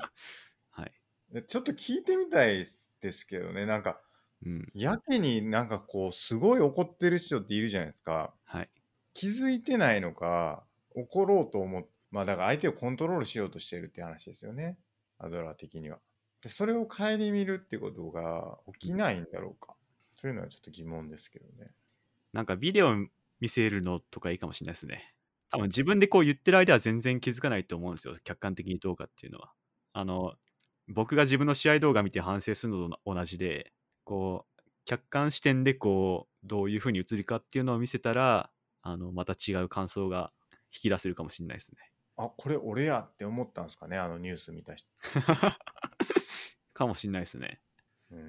B: はい。
A: でちょっと聞いてみたいですけどね、なんか、
B: うん。
A: やけになんかこう、すごい怒ってる人っているじゃないですか。
B: はい。
A: 気づいてないのか、怒ろうと思っまあだから相手をコントロールしようとしてるって話ですよね。アドラー的には。でそれを顧みるってことが起きないんだろうか。そういうのはちょっと疑問ですけどね。
B: なんかビデオ見せるのとかいいかもしれないですね。多分自分でこう言ってる間は全然気づかないと思うんですよ。客観的にどうかっていうのは。あの、僕が自分の試合動画見て反省するのと同じで、こう、客観視点でこう、どういうふうに映るかっていうのを見せたら、あの、また違う感想が引き出せるかもしれないですね。
A: あ、これ俺やって思ったんですかね、あのニュース見た人。
B: [LAUGHS] かもしれないですね。
A: うー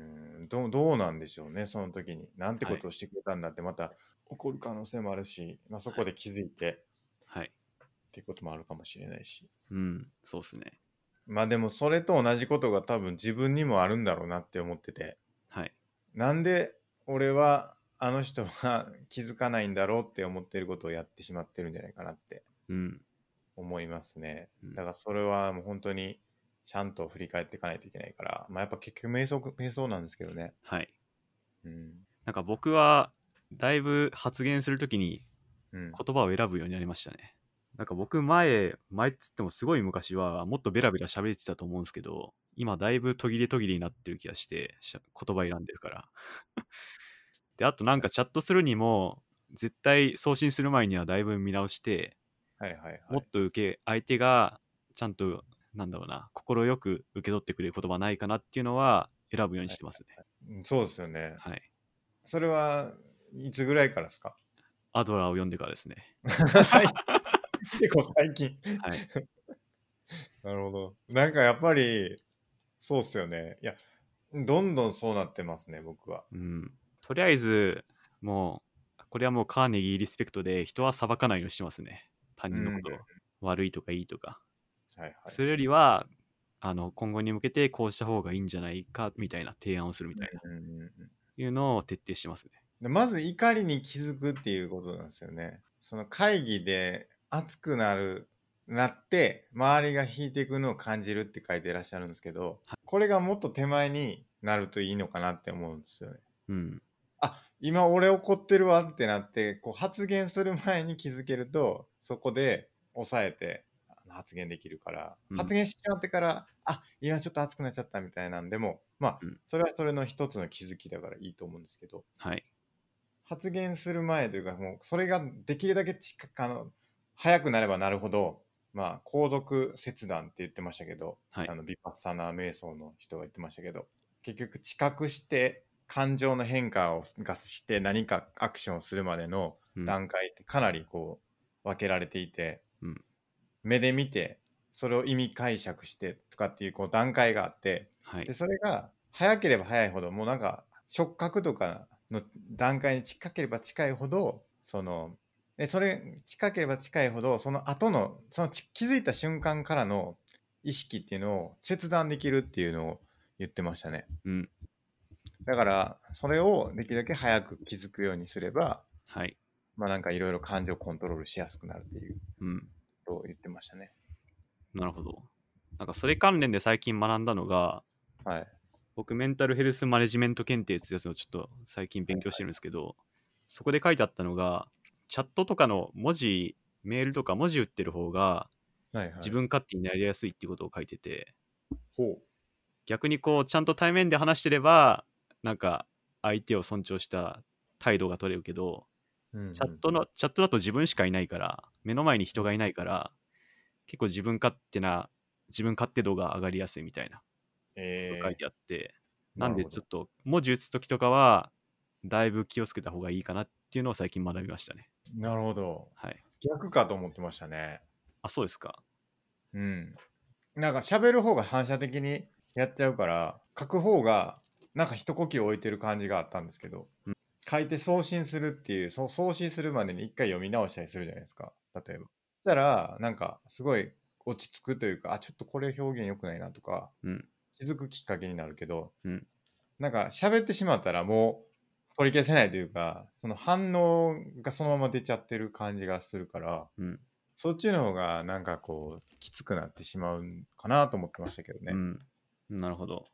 A: んどうどうなんでしょうね、その時に。なんてことをしてくれたんだって、また怒る可能性もあるし、まあ、そこで気づいて
B: はい。
A: っていうこともあるかもしれないし。
B: うん、そうですね。
A: まあでもそれと同じことが多分自分にもあるんだろうなって思ってて。
B: はい。
A: なんで俺はあの人は [LAUGHS] 気づかないんだろうって思ってることをやってしまってるんじゃないかなって
B: うん。
A: 思いますね。
B: うん
A: だからそれはもう本当にちゃんと振り返っていかないといけないから、まあやっぱ結局瞑想、瞑想なんですけどね。
B: はい。
A: うん。
B: なんか僕は、だいぶ発言するときに
A: うん。
B: 言葉を選ぶようになりましたね。なんか僕前、前っつってもすごい昔はもっとベラベラ喋ってたと思うんですけど、今だいぶ途切れ途切れになってる気がして、しゃ言葉選んでるから。 [LAUGHS] で、あとなんかチャットするにも、絶対送信する前にはだいぶ見直して、
A: はいはいはい。
B: もっと受け、相手がちゃんと、なんだろうな、快く受け取ってくれる言葉ないかなっていうのは選ぶようにしてますね。
A: うんそうですよね。
B: はい。
A: それはいつぐらいから [LAUGHS] ですか
B: アドラーを読んでからですね。
A: 最近結構最近。
B: はい。
A: [LAUGHS] なるほど。なんかやっぱり、そうっすよね。いや、どんどんそうなってますね、僕は。
B: うん。とりあえず、もう、これはもうカーネギーリスペクトで、人は裁かないようにしてますね。他人のことを。
A: うん
B: 悪いとかいいとか。
A: はいはい。
B: それよりは、あの、今後に向けてこうした方がいいんじゃないか、みたいな提案をするみたいな、
A: うんうんうん
B: いうのを徹底してますね。
A: でまず怒りに気づくっていうことなんですよね。その会議で熱くなる、なって、周りが引いていくのを感じるって書いていらっしゃるんですけど、これがもっと手前になるといいのかなって思うんですよね。
B: うん。
A: あ、今俺怒ってるわってなって、こう発言する前に気づけると、そこで抑えてあの発言できるから、
B: うん
A: 発言しちまってから、あ、今ちょっと熱くなっちゃったみたいなんでも、まあ
B: うん、
A: それはそれの一つの気づきだからいいと思うんですけど、
B: はい。
A: 発言する前というか、もうそれができるだけ近くあの早くなればなるほど、まあ、皇族切断って言ってましたけど、
B: はい
A: あのビパッサナー瞑想の人が言ってましたけど、結局、知覚して、感情の変化をがして何かアクションをするまでの
B: うん
A: 段階ってかなりこう分けられていて、
B: うん
A: 目で見てそれを意味解釈してとかっていうこう段階があって、
B: は
A: で
B: い。
A: それが早ければ早いほどもうなんか触覚とかの段階に近ければ近いほどそのでそれ近ければ近いほどその後のそのち気づいた瞬間からの意識っていうのを切断できるっていうのを言ってましたね
B: うん。
A: だからそれをできるだけ早く気づくようにすれば
B: はい。
A: まあなんかいろいろ感情コントロールしやすくなるっていう
B: うん。
A: ことを言ってましたね
B: なるほど。なんかそれ関連で最近学んだのが、
A: はい
B: 僕メンタルヘルスマネジメント検定っていうやつをちょっと最近勉強してるんですけど、そこで書いてあったのが、チャットとかの文字、メールとか文字打ってる方が
A: はいはい
B: 自分勝手になりやすいっていうことを書いてて、
A: ほ
B: 逆にこうちゃんと対面で話してればなんか相手を尊重した態度が取れるけど
A: う、うんうん
B: チャットの、チャットだと自分しかいないから目の前に人がいないから結構自分勝手な自分勝手度が上がりやすいみたいな
A: えー
B: 書いてあって、なんでちょ
A: る
B: っと文字打つ時とかはだいぶ気をつけた方がいいかなっていうのを最近学びましたね
A: ほどなるほど
B: はい
A: 逆かと思ってましたね
B: あそうですか
A: うん。なんか喋る方が反射的にやっちゃうから、書く方がなんか一呼吸置いてる感じがあったんですけど、
B: うん
A: 書いて送信するっていう、そう送信するまでに一回読み直したりするじゃないですか、例えば。そしたら、なんかすごい落ち着くというか、あ、ちょっとこれ表現良くないなとか、
B: うん
A: 気づくきっかけになるけど、
B: うん
A: なんか喋ってしまったらもう取り消せないというか、その反応がそのまま出ちゃってる感じがするから、
B: うん、
A: そっちの方がなんかこうきつくなってしまうんかなと思ってましたけどね。
B: うん、なるほど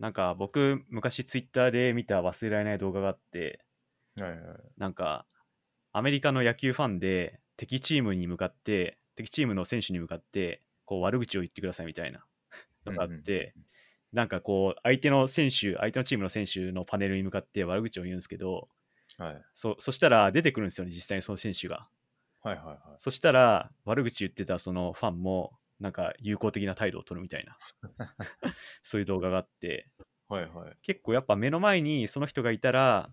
B: なんか僕昔ツイッターで見た忘れられない動画があって
A: はいはいはい。
B: なんか、アメリカの野球ファンで、敵チームに向かって、敵チームの選手に向かって、こう悪口を言ってくださいみたいなのがあって、なんかこう、相手の選手、相手のチームの選手のパネルに向かって悪口を言うんですけど、
A: はい、
B: そそしたら出てくるんですよね、実際にその選手が。
A: はいはいは
B: そしたら、悪口言ってたそのファンも、なんか友好的な態度を取るみた
A: [LAUGHS]
B: いな、そういう動画があって、
A: い。はいはい。
B: 結構やっぱ目の前にその人がいたら、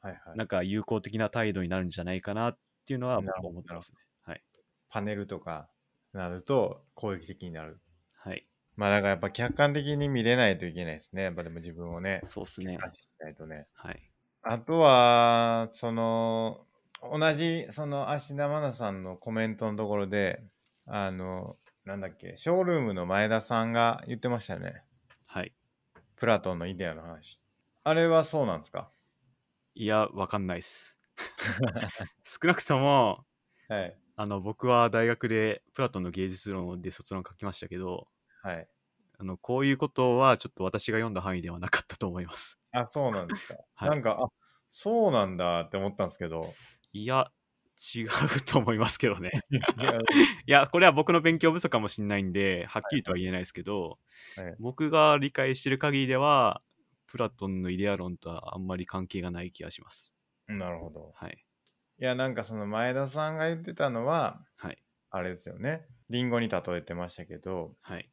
A: はいはい、
B: なんか友好的な態度になるんじゃないかなっていうの
A: な
B: は僕
A: る
B: は
A: ほど
B: 思ってますね。はい。
A: パネルとかなると攻撃的になる。
B: はい。
A: まあだからやっぱ客観的に見れないといけないですね。やっぱでも自分をね、
B: そうっすね。
A: 出しないとね。
B: はい。
A: あとは、その、同じ、その、芦田愛菜さんのコメントのところで、あの、なんだっけ、ショールームの前田さんが言ってましたよね。
B: はい。
A: プラトンのイデアの話。あれはそうなんですか
B: いや、わかんないっす。 [LAUGHS] 少なくとも、
A: はい。
B: あの、僕は大学でプラトンの芸術論で卒論書きましたけど、
A: はい。
B: あの、こういうことはちょっと私が読んだ範囲ではなかったと思います。
A: あ、そうなんですか。
B: はい
A: なんか、あ、そうなんだって思ったんですけど。
B: いや、違うと思いますけ
A: [LAUGHS]
B: どね。
A: いや
B: いや、これは僕の勉強不足かもしれないんで、はっきりとは言えないですけど、
A: はい
B: 僕が理解してる限りでは、プラトンのイデア論とはあんまり関係がない気がします。
A: なるほど。
B: はい。
A: いや、なんかその前田さんが言ってたのは、
B: はい。
A: あれですよね。リンゴに例えてましたけど、
B: はい。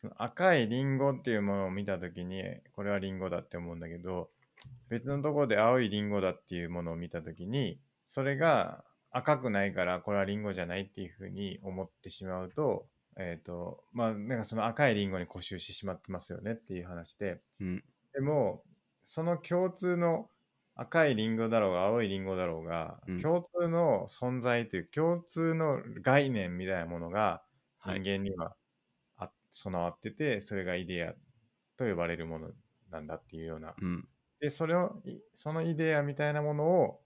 A: その赤いリンゴっていうものを見たときに、これはリンゴだって思うんだけど、別のところで青いリンゴだっていうものを見たときに、それが赤くないから、これはリンゴじゃないっていうふうに思ってしまうと、えっ、と、まあ、なんかその赤いリンゴに固執してしまってますよねっていう話で、
B: うん。
A: でも、その共通の赤いリンゴだろうが、青いリンゴだろうが、
B: うん
A: 共通の存在という共通の概念みたいなものが、
B: は
A: 人
B: い。
A: 間にはあ備わっててそれがイデアと呼ばれるものなんだっていうような
B: うん。
A: でそれをいそのイデアみたいなものを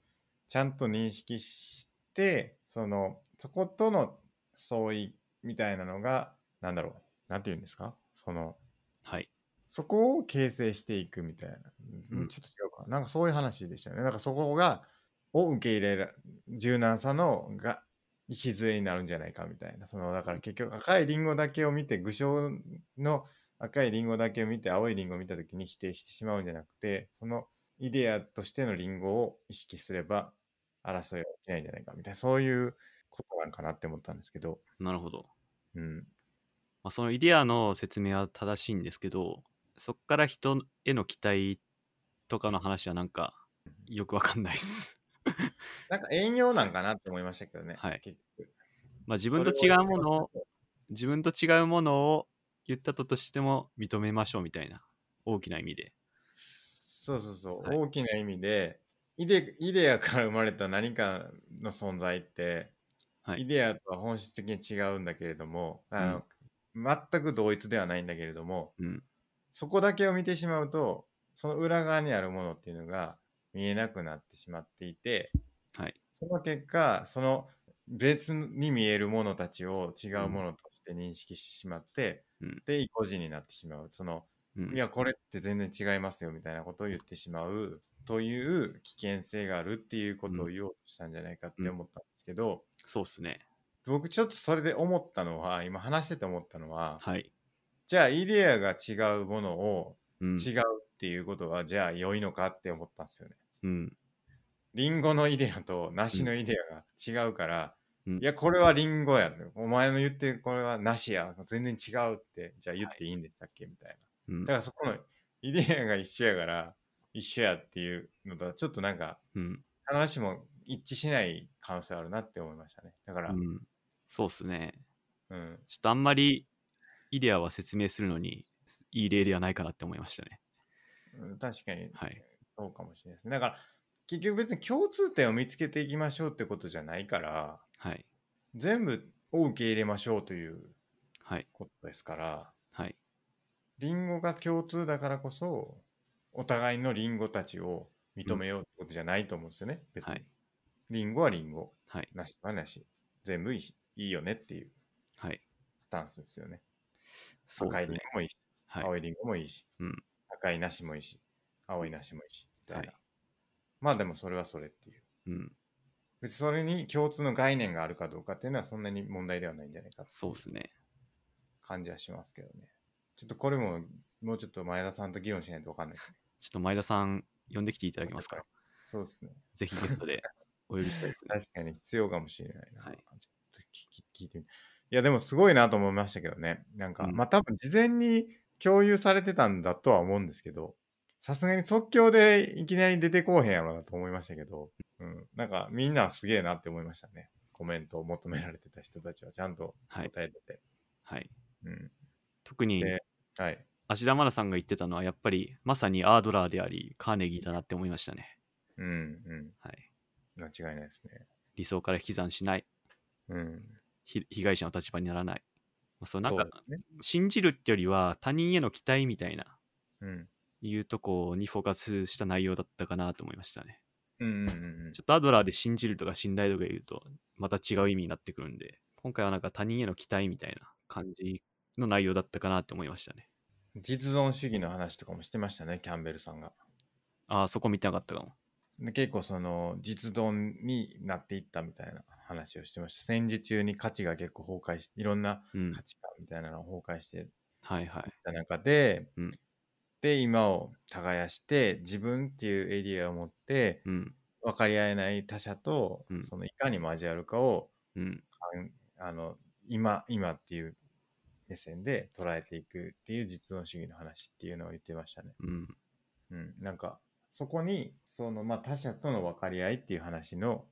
A: ちゃんと認識してそのそことの相違みたいなのがなんだろうなんて言うんですかその
B: はい。
A: そこを形成していくみたいな、うん
B: うん
A: ちょっと違うかなんかそういう話でしたよねなんかそこがを受け入れる柔軟さのが礎になるんじゃないかみたいなそのだから結局赤いリンゴだけを見て具象の赤いリンゴだけを見て青いリンゴを見た時に否定してしまうんじゃなくてそのイデアとしてのリンゴを意識すれば争いは起きないんじゃないかみたいな、そういうことなんかなって思ったんですけど、
B: なるほど。
A: うん。
B: まあ、そのイデアの説明は正しいんですけど、そっから人への期待とかの話はなんかよくわかんないです。
A: なんか営業なんかなって思いましたけどね。
B: はい
A: 結局
B: まあ自分と違うものを、自分と違うものを言ったととしても認めましょうみたいな大きな意味で。
A: そうそうそう、
B: はい
A: 大きな意味でイデイデアから生まれた何かの存在って、
B: はい
A: イデアとは本質的に違うんだけれどもあの、全く同一ではないんだけれども
B: うん。
A: そこだけを見てしまうとその裏側にあるものっていうのが見えなくなってしまっていて
B: はい。
A: その結果その別に見えるものたちを違うものとして認識してしまって、
B: うん
A: で意固地になってしまうその
B: うん、
A: いや、これって全然違いますよみたいなことを言ってしまうという危険性があるっていうことを言おうとしたんじゃないかって思ったんですけど、
B: そうっすね。
A: 僕ちょっとそれで思ったのは、今話してて思ったのは、
B: はい。
A: じゃあイデアが違うものを
B: うん。
A: 違うっていうことは、じゃあ良いのかって思ったんですよね。
B: うん。
A: リンゴのイデアと梨のイデアが違うから、
B: う
A: い
B: ん
A: や、これはリンゴや、お前の言ってるこれは梨や、全然違うって、じゃあ言っていいんでしたっけみたいな。
B: うん
A: だからそこのイデアが一緒やから一緒やっていうのとはちょっとなんか
B: うん。
A: 必ずしも一致しない可能性あるなって思いましたね。だから、
B: う
A: うん
B: ん。そうっすね。
A: うん、
B: ちょっとあんまりイデアは説明するのにいい例ではないかなって思いましたね。
A: 確かに
B: はい。
A: そうかもしれないですね。だから結局別に共通点を見つけていきましょうってことじゃないから
B: はい。
A: 全部を受け入れましょうという
B: はい。
A: ことですから
B: はい。
A: リンゴが共通だからこそお互いのリンゴたちを認めようってことじゃないと思うんですよね。別に
B: はい。
A: リンゴはリンゴ、
B: はい。
A: なしはなし、全部いいしいいよねっていう。
B: はい。
A: スタンスですよね。
B: そう
A: 赤
B: で
A: い
B: す
A: リン
B: ね。
A: ゴもいいし、
B: はい。
A: 青いリンゴもいいし、
B: うん
A: 赤い梨もいいし、青い梨もいいし、みたいな
B: はい
A: まあでもそれはそれっていう。
B: うん。
A: 別にそれに共通の概念があるかどうかっていうのはそんなに問題ではないんじゃないかって
B: そうですね。
A: 感じはしますけどね。ちょっとこれももうちょっと前田さんと議論しないと分かんないですね。
B: ちょっと前田さん、呼んできていただけますか
A: そうですね。
B: ぜひゲストでお呼びしたいですね。
A: 確かに必要かもしれないな。
B: はい
A: ちょっと聞き聞いてみいやでもすごいなと思いましたけどね。なんか、
B: うん
A: まあ多分事前に共有されてたんだとは思うんですけど、さすがに即興でいきなり出てこうへんやろなと思いましたけど、うん、なんかみんなすげえなって思いましたね。コメントを求められてた人たち [LAUGHS] はちゃんと
B: はい。
A: 答えてて。
B: はい。
A: うん、
B: 特に、
A: ではい。
B: 芦田愛菜さんが言ってたのは、やっぱり、まさにアードラーであり、カーネギーだなって思いましたね。
A: うんうん。
B: はい。
A: 間違いないですね。
B: 理想から引き算しない。
A: うん。
B: ひ被害者の立場にならない。まあそう、なんか、
A: そうですね。
B: 信じるってよりは、他人への期待みたいな、
A: うん。
B: いうとこにフォーカスした内容だったかなと思いましたね。
A: うんうんうんうん
B: ちょ。っとアドラーで信じるとか信頼とか言うとまた違う意味になってくるんで、今回はなんか他人への期待みたいな感じの内容だったかなって思いましたね。
A: 実存主義の話とかもしてましたね、キャンベルさんが。
B: ああ、そこ見てなかったかも。
A: で結構その実存になっていったみたいな話をしてました戦時中に価値が結構崩壊していろんな
B: うん
A: 価。値観みたいなのが崩壊していっ
B: はいはい。
A: た中で、
B: うん
A: で今を耕して自分っていうエリアを持って
B: うん。
A: 分かり合えない他者と、
B: うん
A: そのいかに交わるかを
B: うん。
A: あんあの今今っていう目線で捉えていくっていう実存主義の話っていうのを言ってましたね。
B: うん。
A: うん、なんかそこにその、まあ、他者との分かり合いっていう話の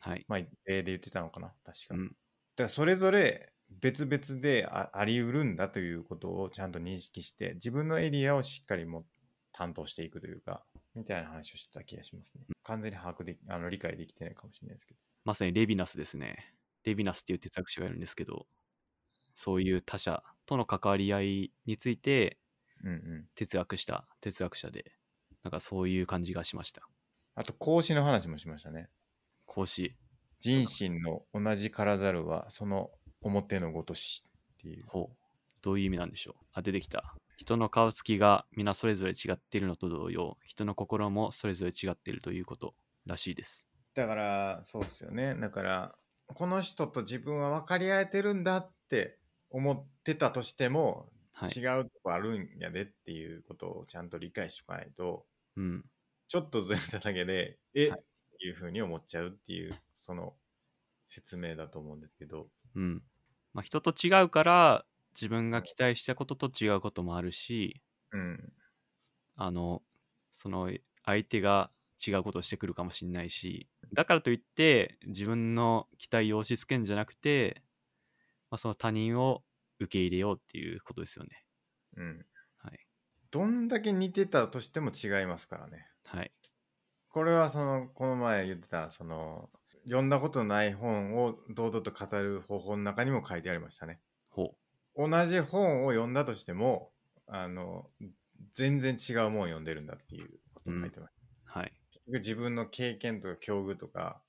B: はい。
A: まあ、例で言ってたのかな、確か。
B: うん
A: だからそれぞれ別々でああり得るんだということをちゃんと認識して、自分のエリアをしっかりも担当していくというか、みたいな話をしてた気がしますね。完全に把握でき、あの理解できてないかもしれないですけど。
B: まさにレヴィナスですね。レヴィナスっていう哲学者がいるんですけど、そういう他者との関わり合いについて
A: うんうん。
B: 哲学した哲学者で、なんかそういう感じがしました。
A: あと、孔子の話もしましたね。
B: 講師。
A: 人心の同じからざるは、その表のごとしっていう。
B: ほう。どういう意味なんでしょうあ、出てきた。人の顔つきが皆それぞれ違っているのと同様、人の心もそれぞれ違っているということらしいです。
A: だから、そうですよね。だから、この人と自分は分かり合えてるんだって思ってたとしても、
B: はい。
A: 違うとこあるんやでっていうことをちゃんと理解しとかないと
B: うん。
A: ちょっとずれただけで、え、
B: は
A: っ
B: い
A: ていうふうに思っちゃうっていう、その説明だと思うんですけど。
B: うんまあ、人と違うから自分が期待したことと違うこともあるし
A: うん。
B: あのその相手が違うことをしてくるかもしれないしだからといって自分の期待を押し付けんじゃなくて、まあ、その他人を受け入れようっていうことですよね
A: うん。
B: はい
A: どんだけ似てたとしても違いますからね。
B: はい
A: これはその、この前言ってた、その、読んだことのない本を堂々と語る方法の中にも書いてありましたね。
B: ほ
A: 同じ本を読んだとしても、あの、全然違うもん読んでるんだっていうことを書いてました。
B: うはい
A: 結局自分の経験とか境遇とか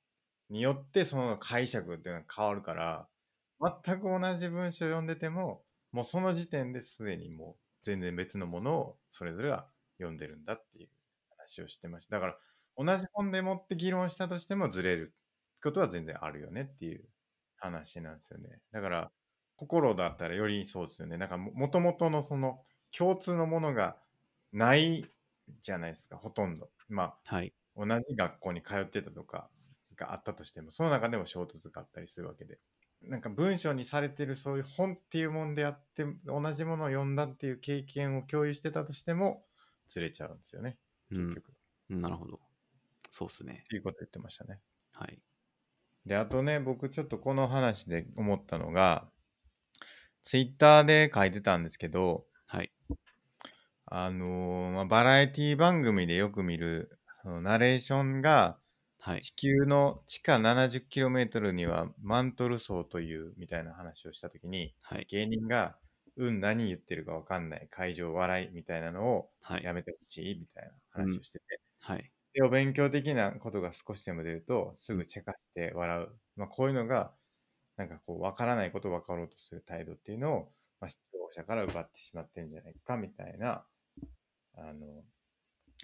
A: によってその解釈っていうのが変わるから全く同じ文章を読んでてももうその時点ですでにもう全然別のものをそれぞれが読んでるんだっていう話をしてましただから同じ本でもって議論したとしてもずれることは全然あるよねっていう話なんですよねだから心だったらよりそうですよねなんかももともとのその共通のものがないじゃないですかほとんどまあ
B: はい
A: 同じ学校に通ってたとかがあったとしてもその中でも衝突があったりするわけでなんか文章にされてるそういう本っていうもんであって同じものを読んだっていう経験を共有してたとしてもずれちゃうんですよね
B: う
A: 結
B: ん
A: 局、っ
B: なるほどそうっすね
A: ていうこと言ってましたね
B: はい
A: であとね僕ちょっとこの話で思ったのがツイッターで書いてたんですけど
B: はい
A: あのーまあ、バラエティ番組でよく見るあのナレーションが
B: はい
A: 地球の地下 70km にはマントル層というみたいな話をした時に
B: はい
A: 芸人が「うん何言ってるかわかんない会場笑い」みたいなのを
B: はい
A: やめてほしいみたいな話をしてて、
B: はい
A: でお勉強的なことが少しでも出るとすぐチェカして笑う、まあ、こういうのがなんかこうわからないことを分かろうとする態度っていうのを、まあ、視聴者から奪ってしまってるんじゃないかみたいなあの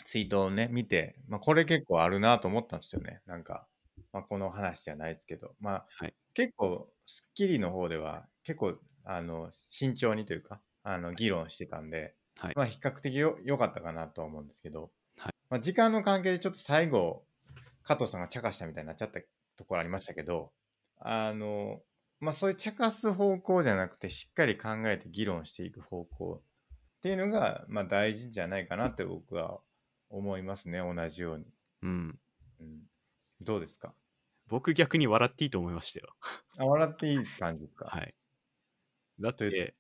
A: ツイートをね見て、まあ、これ結構あるなと思ったんですよねなんか、まあ、この話じゃないですけど、まあ
B: はい
A: 結構『スッキリ』の方では結構あの慎重にというかあの議論してたんで、
B: はい
A: まあ、比較的よ良かったかなとは思うんですけど、
B: はい
A: まあ、時間の関係でちょっと最後加藤さんが茶化したみたいになっちゃったところありましたけどあの、まあ、そういう茶化す方向じゃなくてしっかり考えて議論していく方向っていうのが、まあ、大事じゃないかなって僕は思いますね同じように、
B: うん
A: うん、どうですか
B: 僕逆に笑っていいと思いましたよ
A: あ笑っていい感じですか、
B: はい。だっ
A: という
B: て、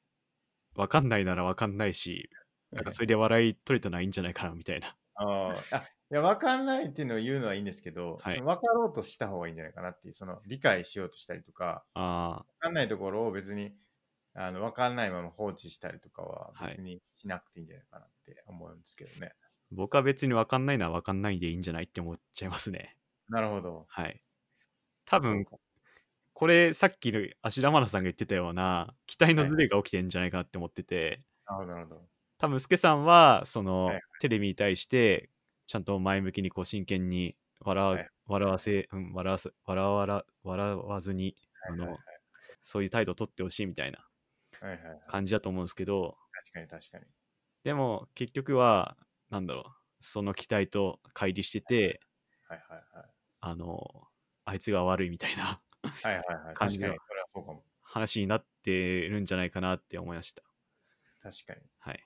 B: わかんないならわかんないし、なんかそれで笑い取れたのはいいんじゃないかなみたいな。
A: [LAUGHS]
B: [LAUGHS]
A: あーあいや分かんないっていうのを言うのはいいんですけど、
B: はい
A: その分かろうとした方がいいんじゃないかなっていうその理解しようとしたりとか
B: ああ、
A: 分かんないところを別にあの分かんないまま放置したりとかは
B: はい
A: 別にしなくていいんじゃないかなって思うんですけどね、
B: 僕は別にわかんないならわかんないでいいんじゃないって思っちゃいますね。
A: なるほど
B: はい。多分、これさっきの芦田愛菜さんが言ってたような、期待のズレが起きてんじゃないかなって思ってて、
A: なるほどなるほど
B: 多分、スケさんは、その、
A: はいはい
B: テレビに対して、ちゃんと前向きにこう真剣に笑わ、
A: はい
B: 笑わせ、うん、笑わせ、笑わら笑わずに、あの、
A: はいはい
B: そういう態度を取ってほしいみたいな
A: はいはいはい
B: 感じだと思うんですけど
A: 確かに確かに
B: でも結局はなんだろうその期待と乖離してて
A: はいは
B: あのあいつが悪いみたいな [LAUGHS]
A: いはいはいはいはい確か
B: 感
A: に
B: じ
A: そ
B: が
A: れはそうかも
B: 話になってるんじゃないかなって思いました
A: 確かに
B: はい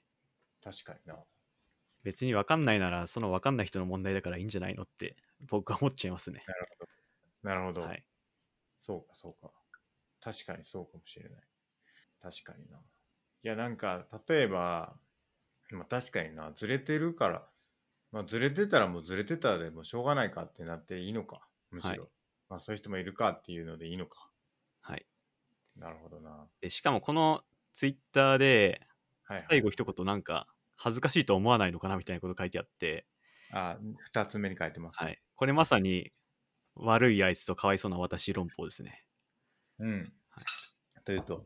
A: 確かにな
B: 別に分かんないならその分かんない人の問題だからいいんじゃないのって僕は思っちゃいますね
A: なるほど、
B: はい
A: そうか、そうか。確かにそうかもしれない。確かにな。いや、なんか、例えば、まあ確かにな、ずれてるから、まあずれてたらもうずれてたでもうしょうがないかってなっていいのか、むしろ。
B: はい
A: まあそういう人もいるかっていうのでいいのか。
B: はい
A: なるほどな。
B: でしかもこのツイッターで
A: はい、はい。
B: 最後一言なんか恥ずかしいと思わないのかなみたいなこと書いてあって
A: あ、二つ目に書いてます。
B: はいこれまさに悪いあいつとかわいそうな私論法ですね
A: うん。
B: は
A: というと、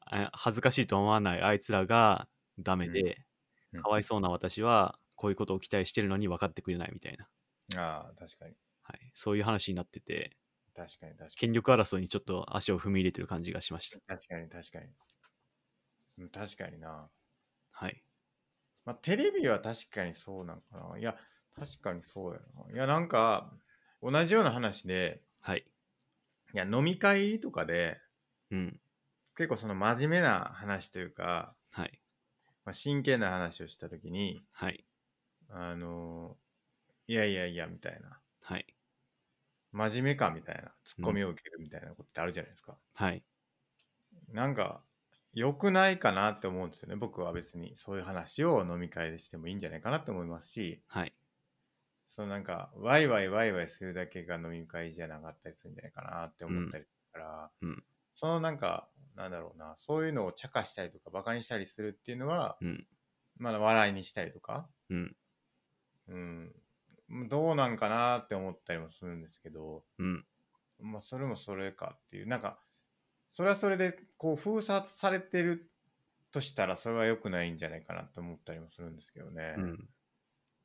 B: あ恥ずかしいと思わないあいつらがダメで、
A: うん
B: かわいそうな私はこういうことを期待してるのに分かってくれないみたいな、
A: ああ、確かに。
B: はい、そういう話になってて
A: 確かに、確かに。
B: 権力争いにちょっと足を踏み入れてる感じがしました
A: 確かに、確かに。うん確かにな。
B: はい
A: まあ、テレビは確かにそうなんかな。いや、確かにそうやな。いや、なんか、同じような話で、
B: はい。
A: いや、飲み会とかで、
B: うん。
A: 結構その真面目な話というか、
B: はい。
A: まあ、真剣な話をしたときに、
B: はい。
A: あのいやいやいや、みたいな。
B: はい。
A: 真面目か、みたいな。ツッコミを受けるみたいなことってあるじゃないですか。
B: はい。
A: なんか、良くないかなって思うんですよね。僕は別に、そういう話を飲み会でしてもいいんじゃないかなって思いますし、
B: はい。
A: そのなんか、ワイワイワイワイするだけが飲み会じゃなかったりするんじゃないかなって思ったりするから、
B: うんうん
A: そのなんか、なんだろうな、そういうのを茶化したりとか、バカにしたりするっていうのは、
B: うん。
A: まだ笑いにしたりとか、
B: うん。
A: うん、どうなんかなって思ったりもするんですけど、
B: うん。
A: まあ、それもそれかっていう、なんか、それはそれで、こう、封殺されてるとしたら、それは良くないんじゃないかなと思ったりもするんですけどね。
B: うん。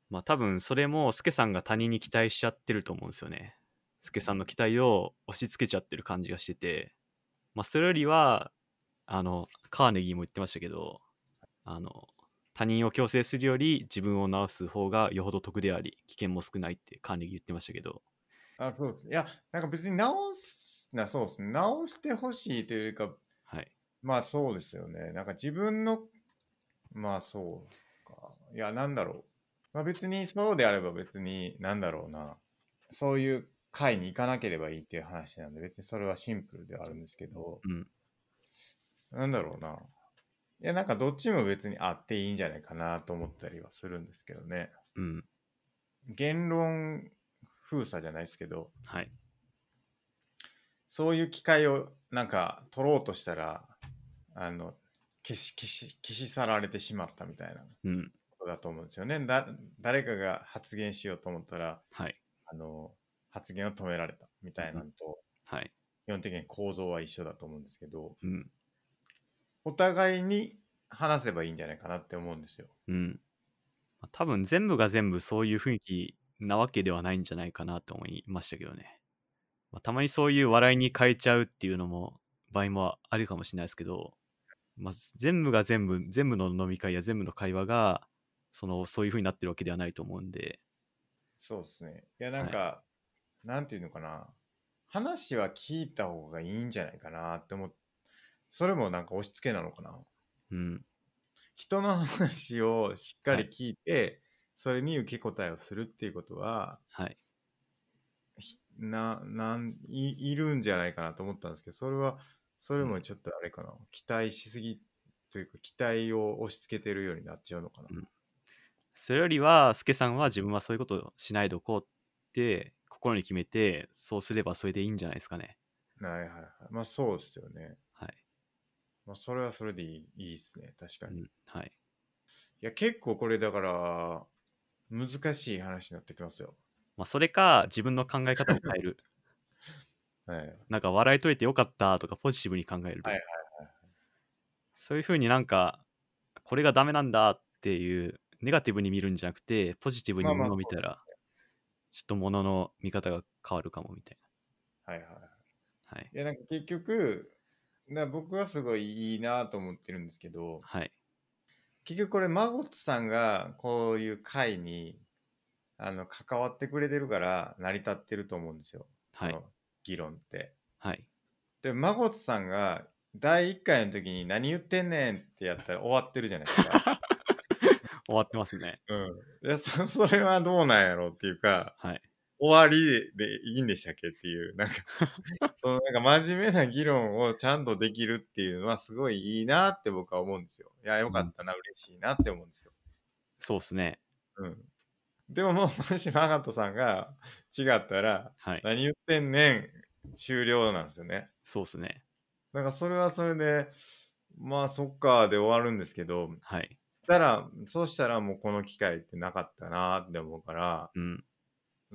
B: まあ多分それも、スケさんが他人に期待しちゃってると思うんですよね。スケさんの期待を押し付けちゃってる感じがしてて、まあそれよりは、あの、カーネギーも言ってましたけど、あの、他人を強制するより自分を直す方がよほど得であり、危険も少ないってカーネギー言ってましたけど、
A: あ、そうです。いや、なんか別に直すな、そうですね。直してほしいというよりか、
B: はい。
A: まあそうですよね。なんか自分の、まあそうか。いや、なんだろう。まあ別にそうであれば別に、なんだろうな。そういう会に行かなければいいっていう話なんで、別にそれはシンプルではあるんですけど、
B: うん。
A: なんだろうな。いや、なんかどっちも別にあっていいんじゃないかなと思ったりはするんですけどね。
B: うん。
A: 言論封鎖じゃないですけど、
B: はい。
A: そういう機会をなんか取ろうとしたら、あの、消し、消し、消し去られてしまったみたいな
B: うん。
A: ことだと思うんですよね。だ、誰かが発言しようと思ったら、
B: はい。
A: あの、発言を止められたみたいなのと、
B: はい。
A: 基本的に構造は一緒だと思うんですけど、
B: うん。
A: お互いに話せばいいんじゃないかなって思うんですよ。
B: うん。まあ多分全部が全部そういう雰囲気なわけではないんじゃないかなと思いましたけどね。まあ、たまにそういう笑いに変えちゃうっていうのも場合もあるかもしれないですけど、まあ、全部が全部、全部の飲み会や全部の会話が、そのそういう風になってるわけではないと思うんで、
A: そうですね。いや、なんか、なんていうのかな。話は聞いた方がいいんじゃないかなって思っそれもなんか押し付けなのかな。
B: うん、
A: 人の話をしっかり聞いて、それに受け答えをするっていうことは
B: はい、
A: ひななんいいるんじゃないかなと思ったんですけどそれはそれもちょっとあれかな、期待しすぎというか期待を押し付けてるようになっちゃうのかな、
B: うんそれよりは、スケさんは自分はそういうことをしないでおこうって心に決めて、そうすればそれでいいんじゃないですかね。
A: はいはいはいまあそうですよね、
B: はい。
A: まあ、それはそれでいいいいですね確か
B: う
A: に、い
B: ん、はい。
A: や結構これだから難しい話になってきますよ
B: まあ、それか、自分の考え方を変える。
A: はい
B: なんか笑い取れてよかったとかポジティブに考えると、
A: はいはい
B: そういうふうになんかこれがダメなんだっていうネガティブに見るんじゃなくてポジティブに
A: まあまあ
B: 物を見たら、ちょっと物の見方が変わるかもみたい
A: はいはい
B: なはい
A: いやなんか結局な僕はすごいいいなと思ってるんですけど
B: はい
A: 結局これマゴットさんがこういう会にあの関わってくれてるから成り立ってると思うんですよ、
B: は
A: こ
B: い
A: の議論って。
B: はい
A: でマゴットさんが第1回の時に「何言ってんねん」ってやったら終わってるじゃないです
B: [LAUGHS]
A: か。
B: 終わってますね
A: うん、いやそそれはどうなんやろうっていうか
B: はい
A: 終わりでいいんでしたっけっていう
B: [LAUGHS]
A: なんかそのなんか真面目な議論をちゃんとできるっていうのはすごいいいなって僕は思うんですよ。いやよかったな、嬉しいなって思うんですよ。
B: そうですね
A: うん。でももう、もしマガトさんが違ったら、
B: はい
A: 何言ってんねん、終了なんですよね。
B: そうですね
A: だからそれはそれで、まあそっかで終わるんですけど、
B: はい
A: たら、そうしたらもうこの機会ってなかったなって思うから、
B: うん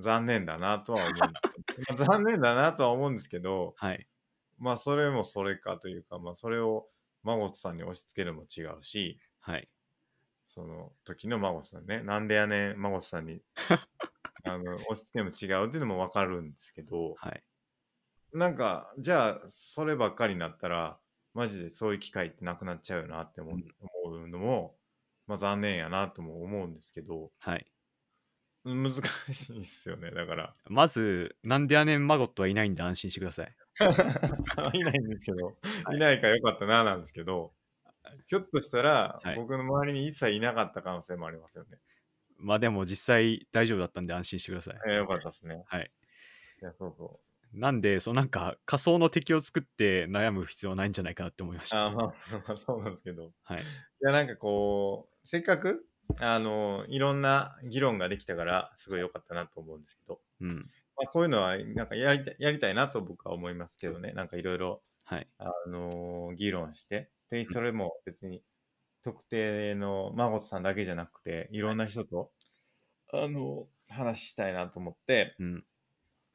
A: 残念だなとは思うんです [LAUGHS] まあ残念だなとは思うんですけど、
B: はい
A: まあそれもそれかというか、まあそれをマゴトさんに押し付けるのも違うし、
B: はい
A: その時の孫さんね、なんでやねん、孫さん
B: [LAUGHS]
A: にあの押し付けも違うっていうのも分かるんですけど、
B: はい
A: なんか、じゃあ、そればっかりになったら、マジでそういう機会ってなくなっちゃうよなって思う,、思うのも、まあ残念やなとも思うんですけど、
B: はい
A: 難しいっすよね、だ
B: [LAUGHS]
A: から。
B: まず、なんでやねんマゴットはいないんで安心してください。
A: いないんですけど、
B: はい
A: い、ないからよかったな、なんですけど、ひょっとしたら、
B: はい
A: 僕の周りに一切いなかった可能性もありますよね。
B: まあでも実際大丈夫だったんで安心してください。
A: えーよかったですね。
B: はい。
A: いや、そうそ
B: なんで、そのなんか仮想の敵を作って悩む必要はないんじゃないかなって思いまし
A: う。
B: た。
A: あーまあ、まあ、そうなんですけど。い
B: はい。
A: や、なんかこう、せっかく、あの、いろんな議論ができたから、すごい良かったなと思うんですけど、
B: うん。
A: まあ、こういうのは、なんかやりたいやりたいなと僕は思いますけどね、なんかいろいろ、
B: はい。
A: あの議論して、で、それも別に、特定のマゴトさんだけじゃなくて、いろんな人と、あの話したいなと思って、
B: うん。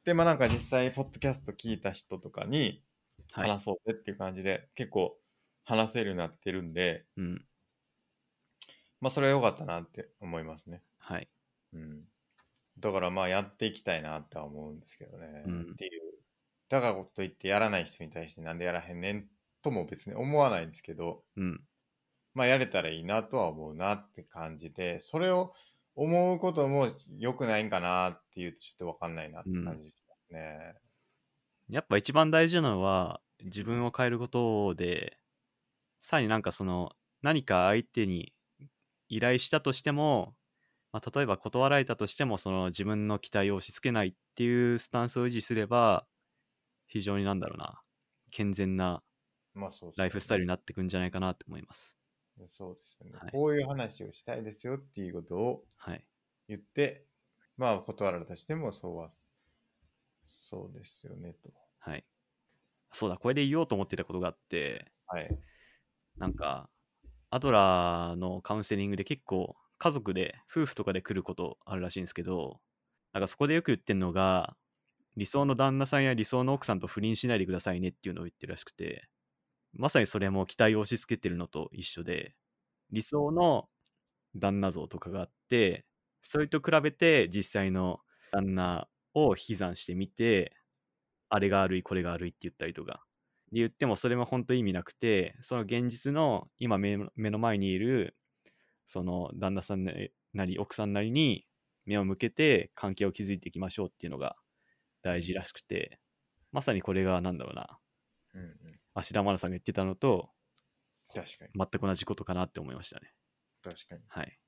A: で、まあなんか実際、ポッドキャスト聞いた人とかに、
B: はい。
A: 話そうぜっていう感じで、結構話せるようになってるんで、
B: うん。
A: まあそれは良かったなって思いますね。
B: はい。
A: うん。だからまあやっていきたいなっては思うんですけどね。
B: うん
A: っていう。だからといってやらない人に対してなんでやらへんねんとも別に思わないんですけど、
B: うん。
A: まあやれたらいいなとは思うなって感じで、それを思うことも良くないんかなっていうとちょっとわかんないなって感じしますね。
B: やっぱ一番大事なのは自分を変えることで、さらになんかその何か相手に依頼したとしても、まあ、例えば断られたとしてもその自分の期待を押し付けないっていうスタンスを維持すれば非常になんだろうな健全な
A: まあそうですね
B: ライフスタイルになってくんじゃないかなって思います。
A: そうですよね、
B: はい
A: こういう話をしたいですよっていうことを
B: はい。
A: 言って、まあ断られたとしてもそうは、そうですよねと。
B: はい。そうだ、これで言おうと思ってたことがあって、
A: はい。
B: なんか、アドラーのカウンセリングで結構、家族で、夫婦とかで来ることあるらしいんですけど、なんかそこでよく言ってるのが、理想の旦那さんや理想の奥さんと不倫しないでくださいねっていうのを言ってるらしくて、まさにそれも期待を押し付けてるのと一緒で、理想の旦那像とかがあって、それと比べて実際の旦那を引き算してみて、あれが悪い、これが悪いって言ったりとか、で言ってもそれも本当意味なくてその現実の今目の目の前にいるその旦那さんなり奥さんなりに目を向けて関係を築いていきましょうっていうのが大事らしくてまさにこれがなんだろうな
A: うんうん、
B: 芦田愛菜さんが言ってたのと
A: 確かに、
B: 全く同じことかなって思いましたね
A: 確かに。
B: はい、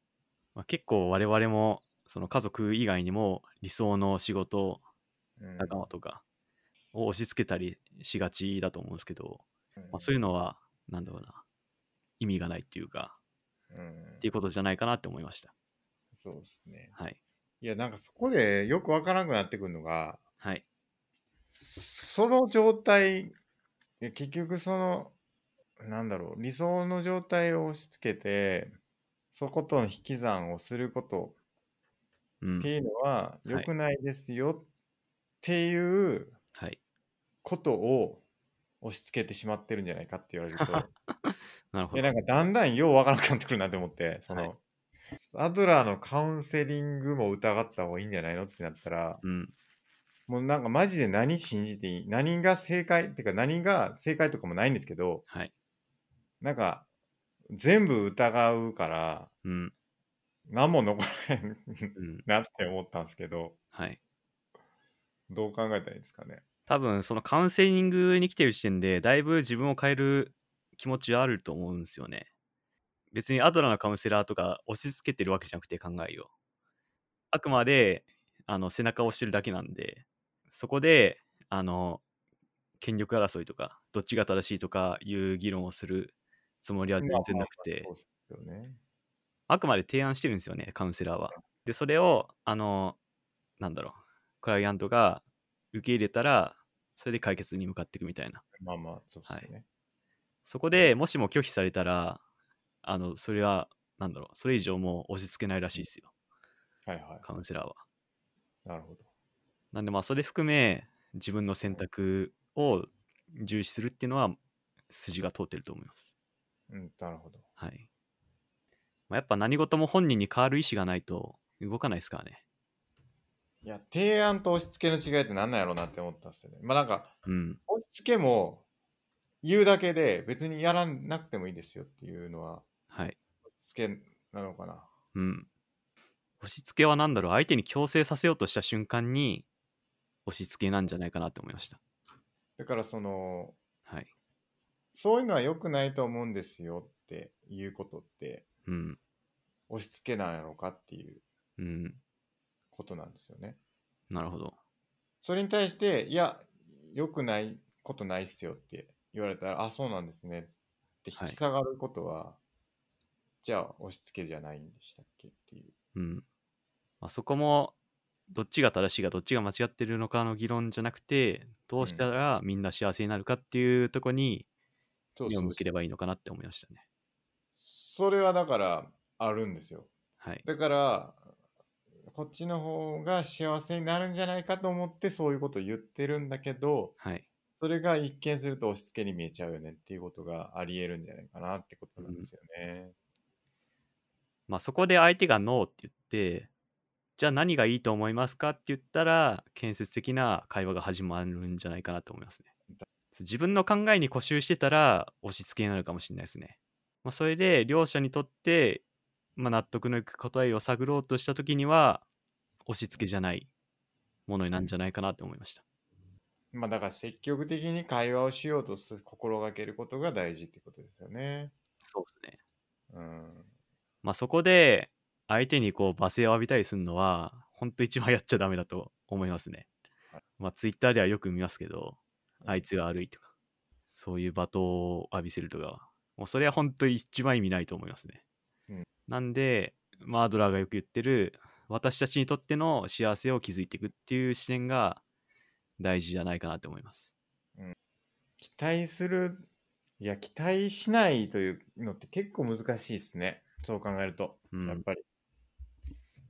B: まあ、結構我々もその家族以外にも理想の仕事
A: うん
B: 仲間とかを押し付けたりしがちだと思うんですけど、
A: うん
B: まあ、そういうのは、なんだろうな、意味がないっていうか、
A: うん
B: っていうことじゃないかなって思いました。
A: そうですね。
B: はい。
A: いや、なんかそこでよくわからなくなってくるのが、
B: はい。
A: その状態、え結局その、なんだろう、理想の状態を押し付けて、そことの引き算をすること
B: う
A: っ
B: ん
A: て。いうのは
B: うん
A: 良くないですよっていう
B: はい。
A: ことを押し付けてしまってるんじゃないかって言われると、
B: なるほ
A: でな
B: ど。
A: んかだんだんようわからなくなってくるなって思って、その、
B: はい
A: アドラーのカウンセリングも疑った方がいいんじゃないのってなったら、
B: うん。
A: もうなんかマジで何信じていい何が正解っていうか何が正解とかもないんですけど、
B: はい。
A: なんか全部疑うから
B: うん。
A: 何も残らへん
B: うん。
A: なって思ったんですけど、
B: はい。
A: どう考えたらいいですかね。
B: 多分、そのカウンセリングに来てる時点で、だいぶ自分を変える気持ちはあると思うんですよね。別にアドラのカウンセラーとか押し付けてるわけじゃなくて考えよう。あくまで、あの、背中を押してるだけなんで、そこで、あの、権力争いとか、どっちが正しいとかいう議論をするつもりは全然なくて、
A: まあまあまあそうですよね。
B: あくまで提案してるんですよね、カウンセラーは。で、それを、あの、なんだろう、クライアントが受け入れたら、それで解決に向かっていくみたいな。
A: まあまあ、そうですよね。
B: そこでもしも拒否されたら、あの、それは、なんだろう、それ以上もう押し付けないらしいですよ、
A: はい、はい、
B: カウンセラーは。
A: なるほど。
B: なんで、まあ、それ含め、自分の選択を重視するっていうのは、筋が通ってると思います。
A: うん、なるほど。
B: はい。まあ、やっぱ何事も本人に変わる意思がないと動かないですからね。
A: いや、提案と押し付けの違いって何なんやろうなって思ったんですよね。まあなんか、
B: うん。
A: 押し付けも言うだけで別にやらなくてもいいですよっていうのは、
B: はい。
A: 押し付けなのかな。
B: うん。押し付けは何だろう相手に強制させようとした瞬間に押し付けなんじゃないかなって思いました。
A: だからその、
B: はい。
A: そういうのは良くないと思うんですよっていうことって、
B: うん。
A: 押し付けないのかっていう
B: うん。
A: ことなんですよね。
B: なるほど。
A: それに対して、いや、良くないことないっすよって言われたら、あ、そうなんですねって引き下がることは、じゃあ押し付けじゃないんでしたっけっていう。
B: うん。まあ、そこも、どっちが正しいか、どっちが間違ってるのかの議論じゃなくて、どうしたらみんな幸せになるかっていうとこに
A: そう
B: 目
A: そ
B: を
A: う
B: 向
A: そう
B: ければいいのかなって思いましたね。
A: それはだから、あるんですよ。
B: はい。
A: だから、こっちの方が幸せになるんじゃないかと思ってそういうことを言ってるんだけど、
B: はい。
A: それが一見すると押し付けに見えちゃうよねっていうことがあり得るんじゃないかなってことなんですよね。
B: まあ、そこで相手がノーって言って、じゃあ何がいいと思いますかって言ったら、建設的な会話が始まるんじゃないかなと思いますね。自分の考えに固執してたら押し付けになるかもしれないですね。まあ、それで両者にとって、まあ、納得のいく答えを探ろうとした時には押し付けじゃないものになるんじゃないかなと思いました。
A: まあだから積極的に会話をしようとす心がけることが大事ってことですよね。
B: そうです
A: う
B: ね。
A: ん。
B: まあ、そこで相手にこう罵声を浴びたりするのは本当一番やっちゃダメだと思いますね。まあ、ツイッターではよく見ますけど、あいつが悪いとか、そういう罵倒を浴びせるとか、もうそれは本当に一番意味ないと思いますね。
A: うん
B: なんで、マードラーがよく言ってる、私たちにとっての幸せを築いていくっていう視点が大事じゃないかなと思います。
A: 期待する、いや、期待しないというのって結構難しいですね。そう考えると。
B: うん
A: やっぱり。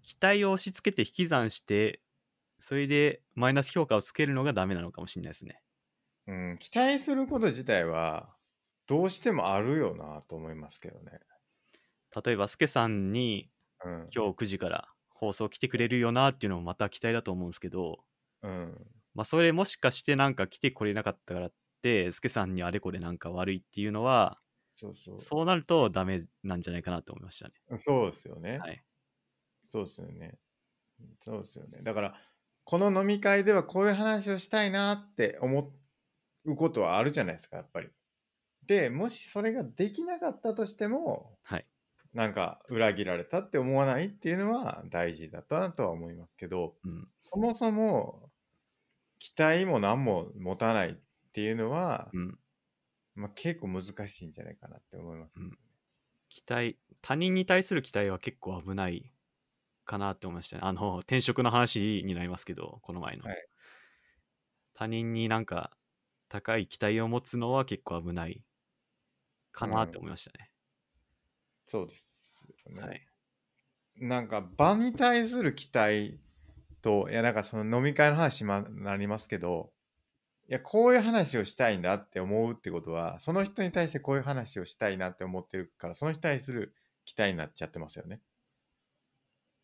B: 期待を押し付けて引き算して、それでマイナス評価をつけるのがダメなのかもしれないですね。
A: うん。期待すること自体は、どうしてもあるよなと思いますけどね。
B: 例えば、スケさんに
A: うん。
B: 今日9時から放送来てくれるよなっていうのもまた期待だと思うんですけど、
A: うん。
B: まあ、それもしかしてなんか来てこれなかったからって、スケさんにあれこれなんか悪いっていうのは、
A: そうそう。
B: そうなるとダメなんじゃないかなと思いましたね。
A: そうですよね。
B: はい。
A: そうですよね。そうですよね。だから、この飲み会ではこういう話をしたいなって思うことはあるじゃないですか、やっぱり。で、もしそれができなかったとしても、
B: はい。
A: なんか裏切られたって思わないっていうのは大事だったなとは思いますけど、
B: うん。
A: そもそも期待も何も持たないっていうのは、
B: うん。
A: まあ、結構難しいんじゃないかなって思います。
B: 期待、他人に対する期待は結構危ないかなって思いましたね。あの、転職の話になりますけど、この前の。
A: はい
B: 他人になんか高い期待を持つのは結構危ないかなって思いましたね。
A: そうですよね。
B: はい。
A: なんか場に対する期待と、いやなんかその飲み会の話にまなりますけど、いやこういう話をしたいんだって思うってことは、その人に対してこういう話をしたいなって思ってるから、その人に対する期待になっちゃってますよね。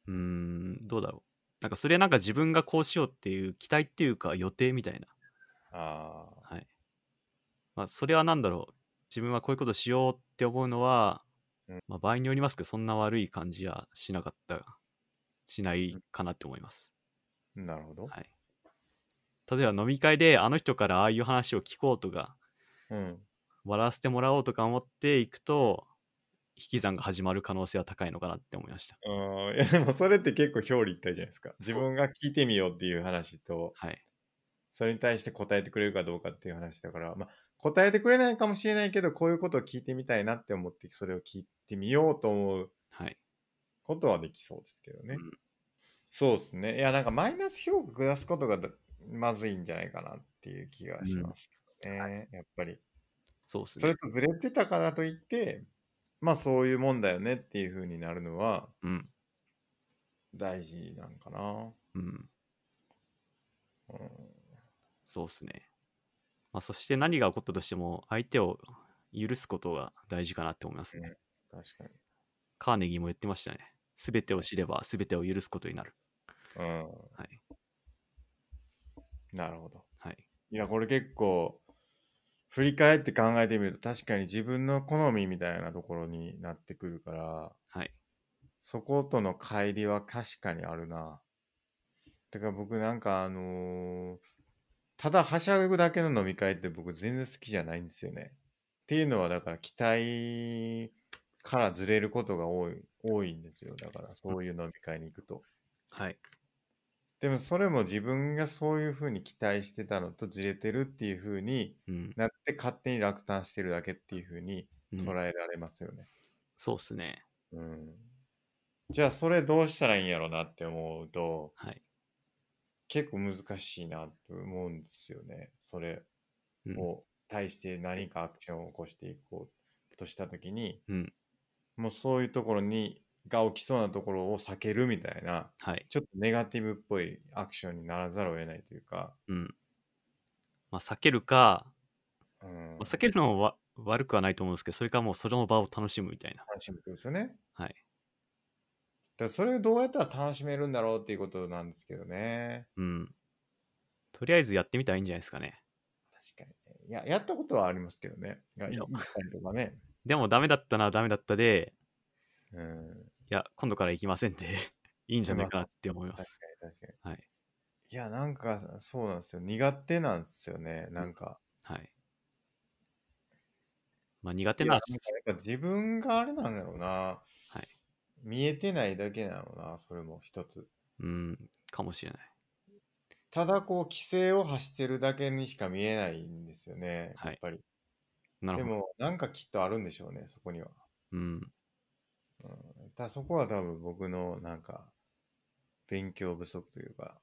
B: うーん、どうだろう。なんかそれはなんか自分がこうしようっていう期待っていうか予定みたいな。
A: ああ、
B: はい。まあそれは何だろう。自分はこういうことしようって思うのは、
A: うん
B: まあ場合によりますけど、そんな悪い感じはしなかった、しないかなって思います。
A: なるほど。
B: はい。例えば飲み会であの人からああいう話を聞こうとか、
A: うん。
B: 笑わせてもらおうとか思っていくと、引き算が始まる可能性は高いのかなって思いました。
A: うんい [LAUGHS] やでもそれって結構表裏一体じゃないですか。自分が聞いてみようっていう話と、
B: はい。
A: それに対して答えてくれるかどうかっていう話だから、まあ、答えてくれないかもしれないけど、こういうことを聞いてみたいなって思って、それを聞いてみようと思う
B: はい。
A: ことはできそうですけどね。
B: うん
A: そうですね。いや、なんかマイナス評価下すことがだまずいんじゃないかなっていう気がしますけどね。やっぱり。
B: そうです
A: それ
B: ね。
A: とずれてたからといって、まあそういうもんだよねっていう風になるのは
B: うん。
A: 大事なんかな。
B: うん。
A: うん、
B: そうですね。まあ、そして何が起こったとしても、相手を許すことが大事かなって思いますね。
A: 確か
B: カーネギーも言ってましたね。すべてを知れば、すべてを許すことになる。
A: に。うん。
B: はい。
A: なるほど。
B: はい。
A: いや、これ結構、振り返って考えてみると、確かに自分の好みみたいなところになってくるから、
B: はい。
A: そことの乖離は確かにあるな。だから僕なんかあのーただはしゃぐだけの飲み会って僕全然好きじゃないんですよね。っていうのはだから期待からずれることが多い、多いんですよ。だからそういう飲み会に行くと。
B: はい。
A: でもそれも自分がそういうふうに期待してたのとずれてるっていうふうに
B: うん。
A: なって勝手に落胆してるだけっていうふうに
B: うん
A: 捉えられますよね。
B: そうっすね。
A: うん。じゃあそれどうしたらいいんやろなって思うと
B: はい。
A: 結構難しいなと思うんですよね。それ
B: うん。
A: を対して何かアクションを起こしていこうとした時に
B: うん、
A: もうそういうところにが起きそうなところを避けるみたいな
B: はい。
A: ちょっとネガティブっぽいアクションにならざるを得ないというか。
B: うん。まあ、避けるか、
A: うん
B: まあ、避けるのもわ悪くはないと思うんですけど、それかもうその場を楽しむみたいな。
A: 楽しむってことですよね。
B: はい。
A: だからそれをどうやったら楽しめるんだろうっていうことなんですけどね。
B: うん。とりあえずやってみたらいいんじゃないですかね。
A: 確かにね。いや、やったことはありますけどね。が
B: いや
A: 行ったりとかね。
B: でもダメだったな、ダメだったで、
A: うん。
B: いや、今度から行きませんで、いいんじゃないかなって思いま
A: 確か
B: す。
A: に確かに。
B: はい。
A: いや、なんかそうなんですよ。苦手なんですよね。なんか。
B: はい。まあ、苦手
A: いや
B: な
A: なんかやっぱ自分があれなんだろうな。
B: い
A: 見えてないだけなのな、それも一つ。
B: うん、かもしれない。
A: ただこう、規制を発してるだけにしか見えないんですよね。
B: はい
A: やっぱり。
B: な
A: で
B: るほど。
A: も、なんかきっとあるんでしょうね、そこには。
B: うん。
A: うんただそこは多分僕のなんか勉強不足というか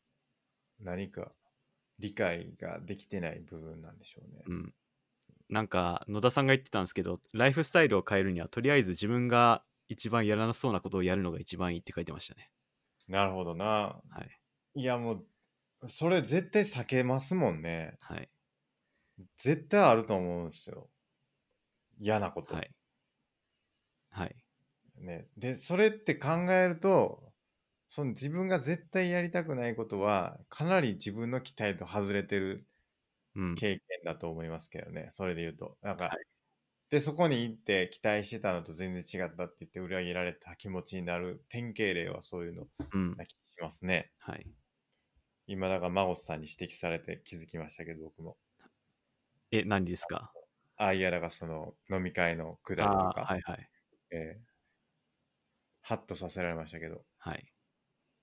A: 何か理解ができてない部分なんでしょうね。
B: うん。なんか、野田さんが言ってたんですけど、ライフスタイルを変えるには、とりあえず自分が一番やらなそうなことをやるのが一番いいって書いてましたね。
A: なるほどな。
B: はい。
A: いやもうそれ絶対避けますもんね。
B: はい。
A: 絶対あると思うんですよ。嫌なこと。
B: はい。はい。
A: ね、でそれって考えるとその自分が絶対やりたくないことはかなり自分の期待と外れてる
B: うん。
A: 経験だと思いますけどね、それで言うと。なんか、
B: はい
A: で、そこに行って期待してたのと全然違ったって言って裏切られた気持ちになる典型例はそういうの
B: うん。
A: な気がしますね。
B: はい。
A: 今だから孫さんに指摘されて気づきましたけど、僕も。
B: え、何ですか
A: ああ、いや、だからその飲み会のくだりと
B: あ
A: か、
B: ーはいはい。
A: えーハッとさせられましたけど。
B: はい。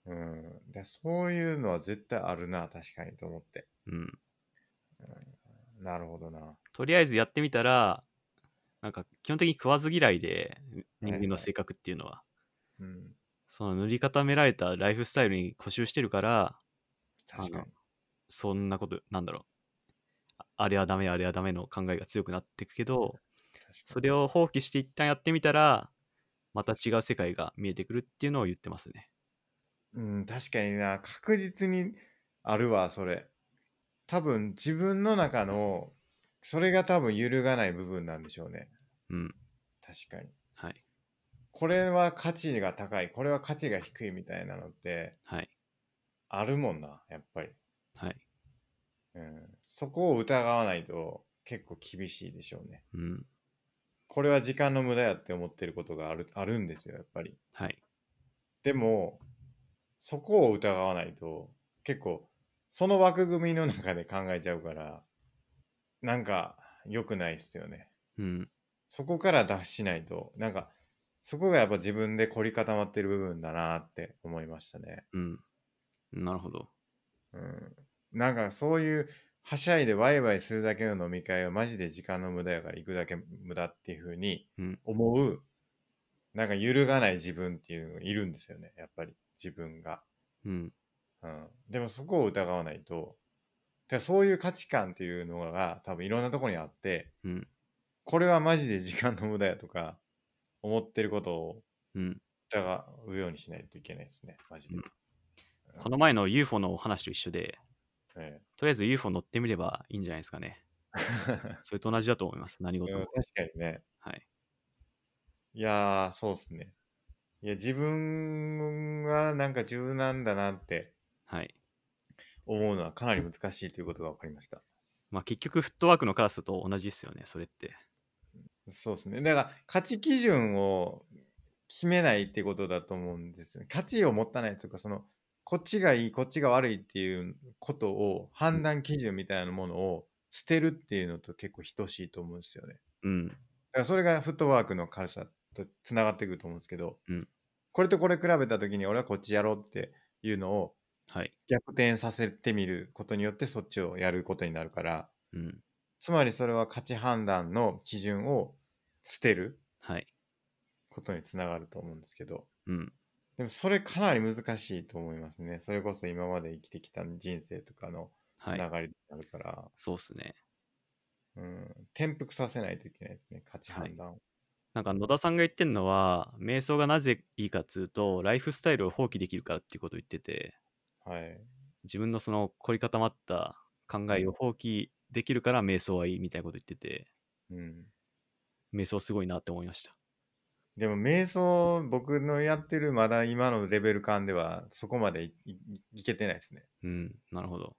A: うん、でそういうのは絶対あるな、確かにと思って。
B: うん。
A: なるほどな。
B: とりあえずやってみたら、なんか基本的に食わず嫌いで、人間の性格っていうのは、
A: うん、
B: その塗り固められたライフスタイルに固執してるから、
A: 確かに。
B: そんなこと、なんだろう。ああれはダメ、あれはダメの考えが強くなっていくけど、それ
A: を。
B: を放棄して一旦やってみたら、また違う世界が見えてくるっていうのを言ってますね。
A: うん、確かにな、確実にあるわ、それ。多分自分の中の、それが多分揺るがない部分なんでしょうね。
B: うん。
A: 確かに。
B: はい。
A: これは価値が高い、これは価値が低いみたいなのって、
B: はい。
A: あるもんな、やっぱり。
B: はい。
A: うん。そこを疑わないと結構厳しいでしょうね。
B: うん。
A: これは時間の無駄やって思ってることがある、あるんですよ、やっぱり。
B: はい。
A: でも、そこを疑わないと、結構、その枠組みの中で考えちゃうから、なんか良くないっすよね。
B: うん。
A: そこから脱しないと、なんか、そこがやっぱ自分で凝り固まってる部分だなって思いましたね。
B: うん。なるほど。
A: うん。なんかそういう、はしゃいでワイワイするだけの飲み会はマジで時間の無駄やから行くだけ無駄っていうふうに
B: うん
A: 思う、なんか揺るがない自分っていうのがいるんですよね、やっぱり自分が。
B: うん。
A: うん、でもそこを疑わないとてかそういう価値観っていうのが多分いろんなとこにあって
B: うん。
A: これはマジで時間の無駄やとか思ってることを
B: うん。
A: 疑うようにしないといけないですねマジで、
B: うんこの前の UFO のお話と一緒で、
A: え
B: とりあえず UFO 乗ってみればいいんじゃないですかね。
A: え
B: それと同じだと思います。何
A: うん
B: 事も
A: 確。かにね
B: はい。
A: いやーそうっすねいや自分はなんか柔軟だなって
B: はい。
A: 思うのはかなり難しいということが分かりました
B: まあ結局、フットワークのカラスと同じですよね、それって。
A: そうですねだから価値基準を決めないってことだと思うんですよね。価値を持たないというか、その、こっちがいい、こっちが悪いっていうことを、判断基準みたいなものを捨てるっていうのと結構等しいと思うんですよね。
B: うん。
A: だからそれがフットワークの軽さとつながってくると思うんですけど、
B: うん
A: これとこれ比べた時に俺はこっちやろうっていうのを
B: はい。
A: 逆転させてみることによってそっちをやることになるから
B: うん。
A: つまりそれは価値判断の基準を捨てる
B: はい。
A: ことにつながると思うんですけど
B: うん。
A: でもそれかなり難しいと思いますねそれこそ今まで生きてきた人生とかのつ
B: はい
A: な。がりになるから、
B: そうっすね。
A: うん、転覆させないといけないですね価値判断を、
B: なんか野田さんが言ってんのは、瞑想がなぜいいかっつうと、ライフスタイルを放棄できるからっていうことを言ってて、
A: はい、
B: 自分のその凝り固まった考えを放棄できるから瞑想はいいみたいなこと言ってて、
A: うん
B: 瞑想すごいなって思いました。
A: でも瞑想、僕のやってるまだ今のレベル感ではそこまでいいいけてないですね、
B: うん。なるほど。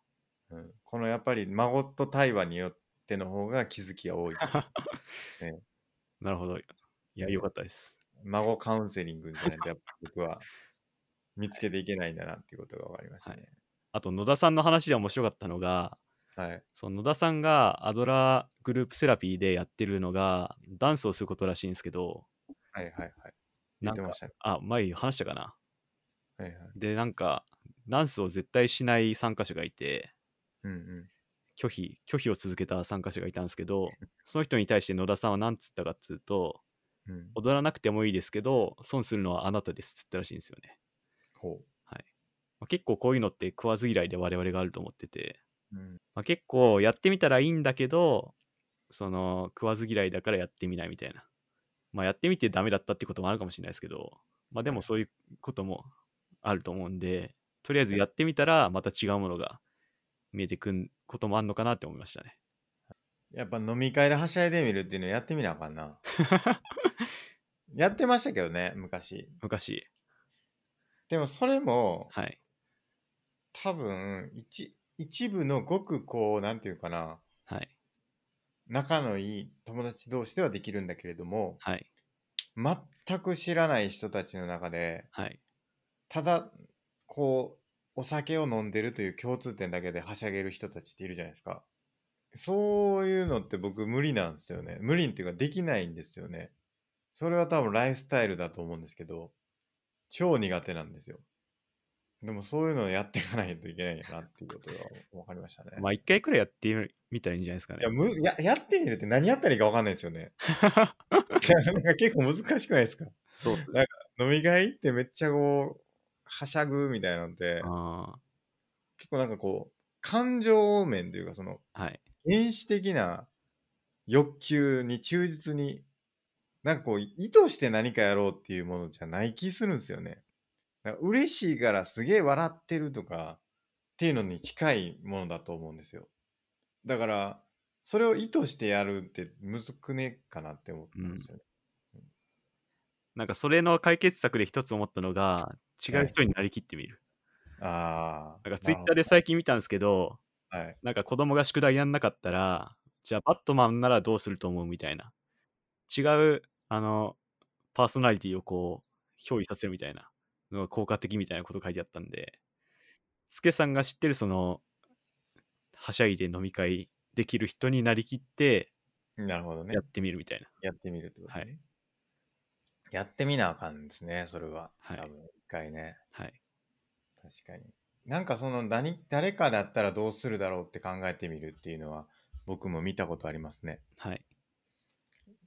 A: うん。このやっぱり孫と対話によっての方が気づきが多いです。 [LAUGHS]
B: なるほど。いや、よかったです。
A: 孫カウンセリングじゃないとやっぱ僕は見つけていけないんだなっていうことが分かりましたね。
B: あと野田さんの話で面白かったのが、
A: はい。
B: その野田さんがアドラーグループセラピーでやってるのがダンスをすることらしいんですけど、
A: はいはいはい。言っ
B: なん
A: て
B: か
A: ましたね。
B: あ、前話したかな。
A: はいはい。
B: で、なんか、ダンスを絶対しない参加者がいて、
A: うんうん。
B: 拒否、拒否を続けた参加者がいたんです
A: [LAUGHS]
B: けど、その人に対して野田さんは何つったかっつうと、
A: うん、
B: 踊らなくてもいいですけど、損するのはあなたですっつったらしいんですよね。
A: こ
B: まあ結構こういうのって食わず嫌いで我々があると思ってて、
A: う。うん、
B: まあ、結構やってみたらいいんだけどその食わず嫌いだからやってみないみたいなまあやってみてダメだったってこともあるかもしれないですけどまあでもそういうこともあると思うんでとりあえずやってみたらまた違うものが見えてくることもあるのかなって思いましたね
A: やっぱ飲み会ではしゃいでみるっていうのやってみなあかん [LAUGHS] な。やってましたけどね、昔。
B: 昔
A: でもそれも、
B: はい
A: 多分一一部のごくこうなんていうかな
B: はい
A: 仲のいい友達同士ではできるんだけれども
B: はい
A: 全く知らない人たちの中で
B: はい
A: ただこうお酒を飲んでるという共通点だけではしゃげる人たちっているじゃないですかそういうのって僕無理なんですよね無理っていうかできないんですよねそれは多分ライフスタイルだと思うんですけど超苦手なんですよでもそういうのをやっていかないといけないんやなっていうことが [LAUGHS] 分かりましたね
B: まあ一回くらいやってみたらいいんじゃないですか
A: いや
B: ね
A: むややってみるって何やったらいいか分かんないですよ
B: [LAUGHS]
A: ね。いやなんか結構難しくないですか
B: そうっすね
A: 飲み会行ってめっちゃこう、はしゃぐみたいなのって、
B: あ
A: 結構なんかこう、感情面というか、その、
B: ーはい
A: 原始的な欲求に忠実に、なんかこう、意図して何かやろうっていうものじゃない気するんですよね。なんか嬉しいからすげえ笑ってるとかっていうのに近いものだと思うんですよ。だから、それを意図してやるってむずくねえかなって思ったんですよね。
B: なんかそれの解決策で一つ思ったのが違う人になりきってみる、
A: ああ。
B: なんかツイッターで最近見たんですけど
A: なるほど。はい。
B: なんか子供が宿題やんなかったら、じゃあバットマンならどうすると思うみたいな。違う、あの、パーソナリティをこう、憑依させるみたいなのが効果的みたいなこと書いてあったんで、スケさんが知ってるその、はしゃいで飲み会できる人になりきって
A: なるほどね
B: やっ。てみるみたいな。
A: やってみるってこと、ね。
B: はい。
A: やってみなあかんですね、それは。
B: はい
A: 多分、一回ね。
B: はい。
A: 確かに。なんかその何、誰かだったらどうするだろうって考えてみるっていうのは、僕も見たことありますね。
B: はい。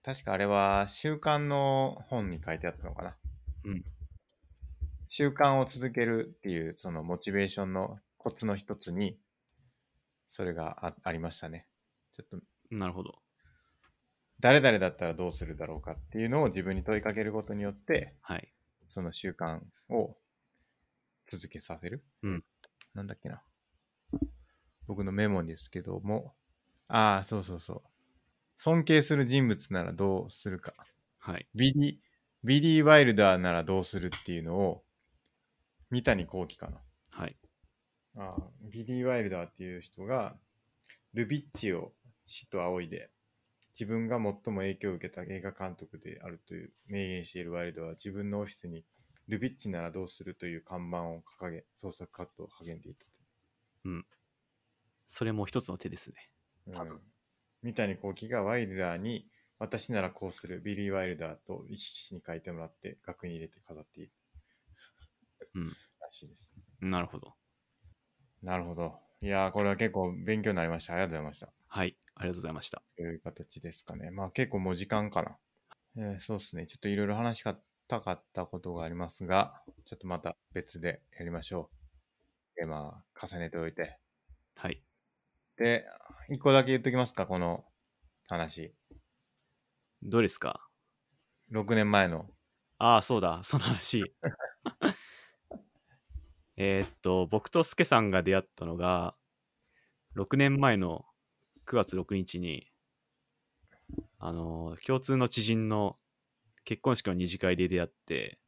A: 確かあれは、習慣の本に書いてあったのかな。
B: うん。
A: 習慣を続けるっていう、そのモチベーションのコツの一つに、それがあありましたね。ちょっと
B: なるほど。
A: 誰々だったらどうするだろうかっていうのを自分に問いかけることによって、
B: はい。
A: その習慣を続けさせる。
B: うん。
A: なんだっけな。僕のメモですけども、ああ、そうそうそう。尊敬する人物ならどうするか。
B: はい。
A: ビリー、ビリー・ワイルダーならどうするっていうのを、三谷幸喜かな。
B: はい。
A: ああビリー・ワイルダーっていう人が、ルビッチを死と仰いで自分が最も影響を受けた映画監督であるという明言しているワイルドは自分のオフィスにルビッチならどうするという看板を掲げ創作活動を励んでいた
B: それも一つの手ですね。多分
A: うん三谷幸喜がワイルダーに「私ならこうする」ビリー・ワイルダーと意識に書いてもらって額に入れて飾っている、
B: うん
A: らしいです
B: なるほど。
A: なるほどいやーこれは結構勉強になりましたありがとうございました
B: はい、ありがとうございました。
A: という形ですかねまあ結構もう時間かな、えーそうですねちょっといろいろ話したかったことがありますがちょっとまた別でやりましょうでまあ重ねておいて
B: はい。
A: で一個だけ言っときますかこの話
B: どうですか
A: 6年前の
B: ああ、そうだ、その話。 [LAUGHS] えーっと、僕とスケさんが出会ったのが、6年前の9月6日に、あのー、共通の知人の結婚式の二次会で出会って、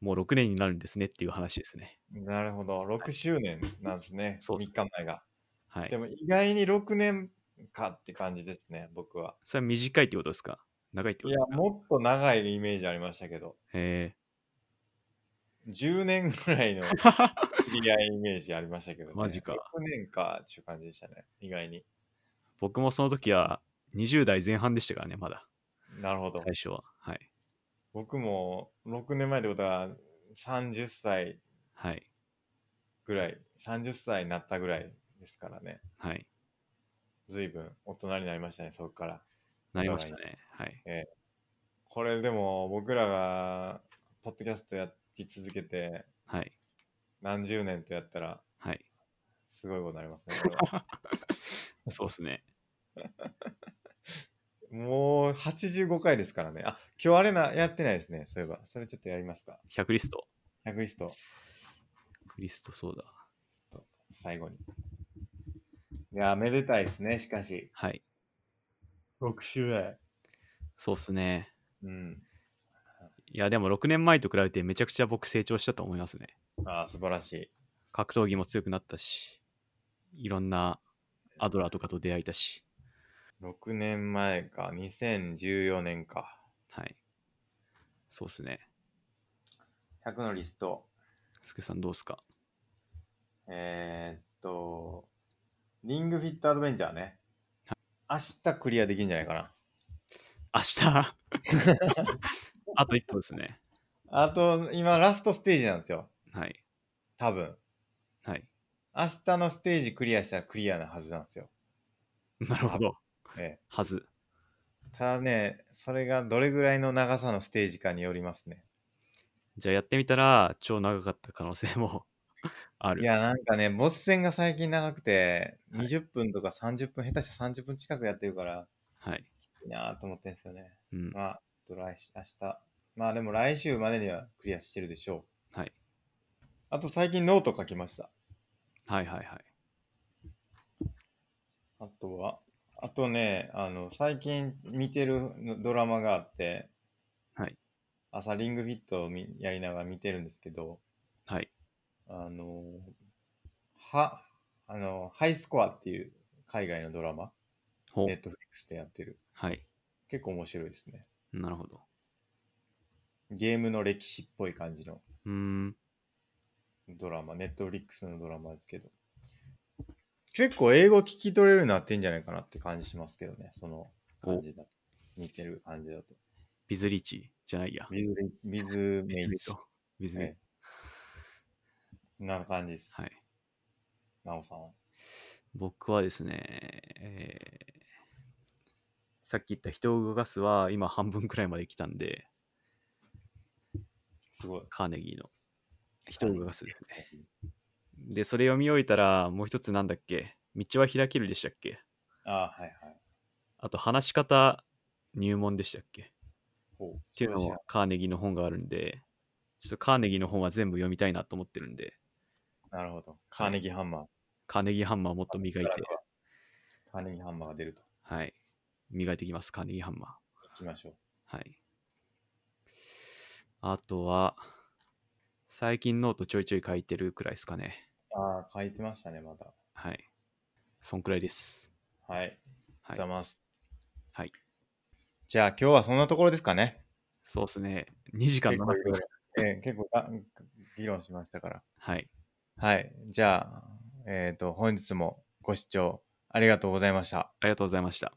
B: もう6年になるんですねっていう話ですね。
A: なるほど、6周年なんですね、
B: そうです
A: 3日前が。
B: はい
A: で。も意外に6年かって感じですね、僕は。
B: それは短いってことですか長いってこ
A: い
B: と
A: や
B: です、か
A: もっと長いイメージありましたけど、
B: え
A: 10年ぐらいの知 [LAUGHS]
B: ー、
A: り合いイメージありましたけど、ね、
B: マジか
A: 6年かっていう感じでしたね、意外に。
B: 僕もその時は20代前半でしたからね、まだ。
A: なるほど。
B: 最初は。はい。
A: 僕も6年前ってことは30歳
B: はい。
A: ぐらい、30歳になったぐらいですからね、
B: はい。
A: ずいぶん大人になりましたね、そこから。
B: なりましたね。はい。
A: これでも僕らがポッドキャストやり続けて
B: はい。
A: 何十年とやったら
B: [LAUGHS] はい。
A: すごいことになりますね。これは
B: そうですね。
A: もう85回ですからね。あ、今日あれな、やってないですね。そういえば。それちょっとやりますか。
B: 100リスト。
A: 100リスト、
B: クリストそうだ。
A: 最後に。いやー、めでたいですね。しかし。
B: はい。
A: 6週目。
B: そうですね。
A: うん。
B: いや、でも6年前と比べてめちゃくちゃ僕成長したと思いますね。
A: ああ、素晴らしい。
B: 格闘技も強くなったし、いろんなアドラーとかと出会えたし、
A: 6年前か。2014年か。
B: はい。そうですね。
A: 100のリスト。
B: スケさんどうっすか
A: えー、っと、リングフィットアドベンチャーね。明日クリアできるんじゃないかな。
B: 明日あと一歩ですね。
A: あと、今、ラストステージなんですよ。
B: はい。
A: 多分。
B: はい。
A: 明日のステージクリアしたらクリアなはずなんですよ。
B: なるほど。
A: ええ
B: はず。
A: ただね、それがどれぐらいの長さのステージかによりますね。
B: じゃあやってみたら、超長かった可能性もある。
A: いや、なんかね、ボス戦が最近長くて、
B: はい
A: 20分とか30分、下手したら30分近くやってるから、
B: はい。
A: いいなぁと思ってるんですよね。
B: うん。
A: まあ、ちょっと来明日。まあでも来週までにはクリアしてるでしょう。
B: はい。
A: あと最近ノート書きました。
B: はいはいはい。
A: あとは、あとね、あの、最近見てるドラマがあって、
B: はい。
A: 朝リングフィットをみやりながら見てるんですけど、
B: はい。
A: あの、は、あの、ハイスコアっていう海外のドラマ、
B: ほう
A: ネットフリックスでやってる。
B: はい。
A: 結構面白いですね。
B: なるほど。
A: ゲームの歴史っぽい感じの
B: うーん。
A: ドラマ、ネットフリックスのドラマですけど。結構英語聞き取れるようになってんじゃないかなって感じしますけどね、その感じだと。似てる感じだと。
B: ビズリーチじゃないや。
A: ビズレ、ビズメ
B: ビズ
A: イ
B: リー
A: ツ
B: ト。ビズリー
A: ええな感じです。
B: はい。
A: なおさんは。
B: 僕はですね、えーさっき言った人を動かすは今半分くらいまで来たんで、
A: すごい。
B: カーネギーの人を動かすですね。で、それ読み終えたらもう一つなんだっけ道は開けるでしたっけ
A: ああ、はいはい。
B: あと話し方入門でしたっけっ
A: ほう。って
B: いうのはカーネギーの本があるんで、ちょっとカーネギーの本は全部読みたいなと思ってるんで、
A: なるほど。カーネギーハンマー。
B: カーネギーハンマーをもっと磨いて、
A: カーネギーハンマーが出ると。
B: はい。磨いていきます、カーネギーハンマー。
A: 行きましょう。
B: はい。あとは、最近ノートちょいちょい書いてるくらいですかね。
A: ああ、書いてましたね、まだ。
B: はい。そんくらいです。
A: はい。
B: はい
A: ざ。ます。
B: はい。
A: じゃあ今日はそんなところですかね。
B: そうですね。2時間7
A: 結構いろい
B: 分
A: ろ。 [LAUGHS] えー結構が議論しましたから。
B: はい。
A: はい。じゃあ、えっ、と、本日もご視聴ありがとうございました。
B: ありがとうございました。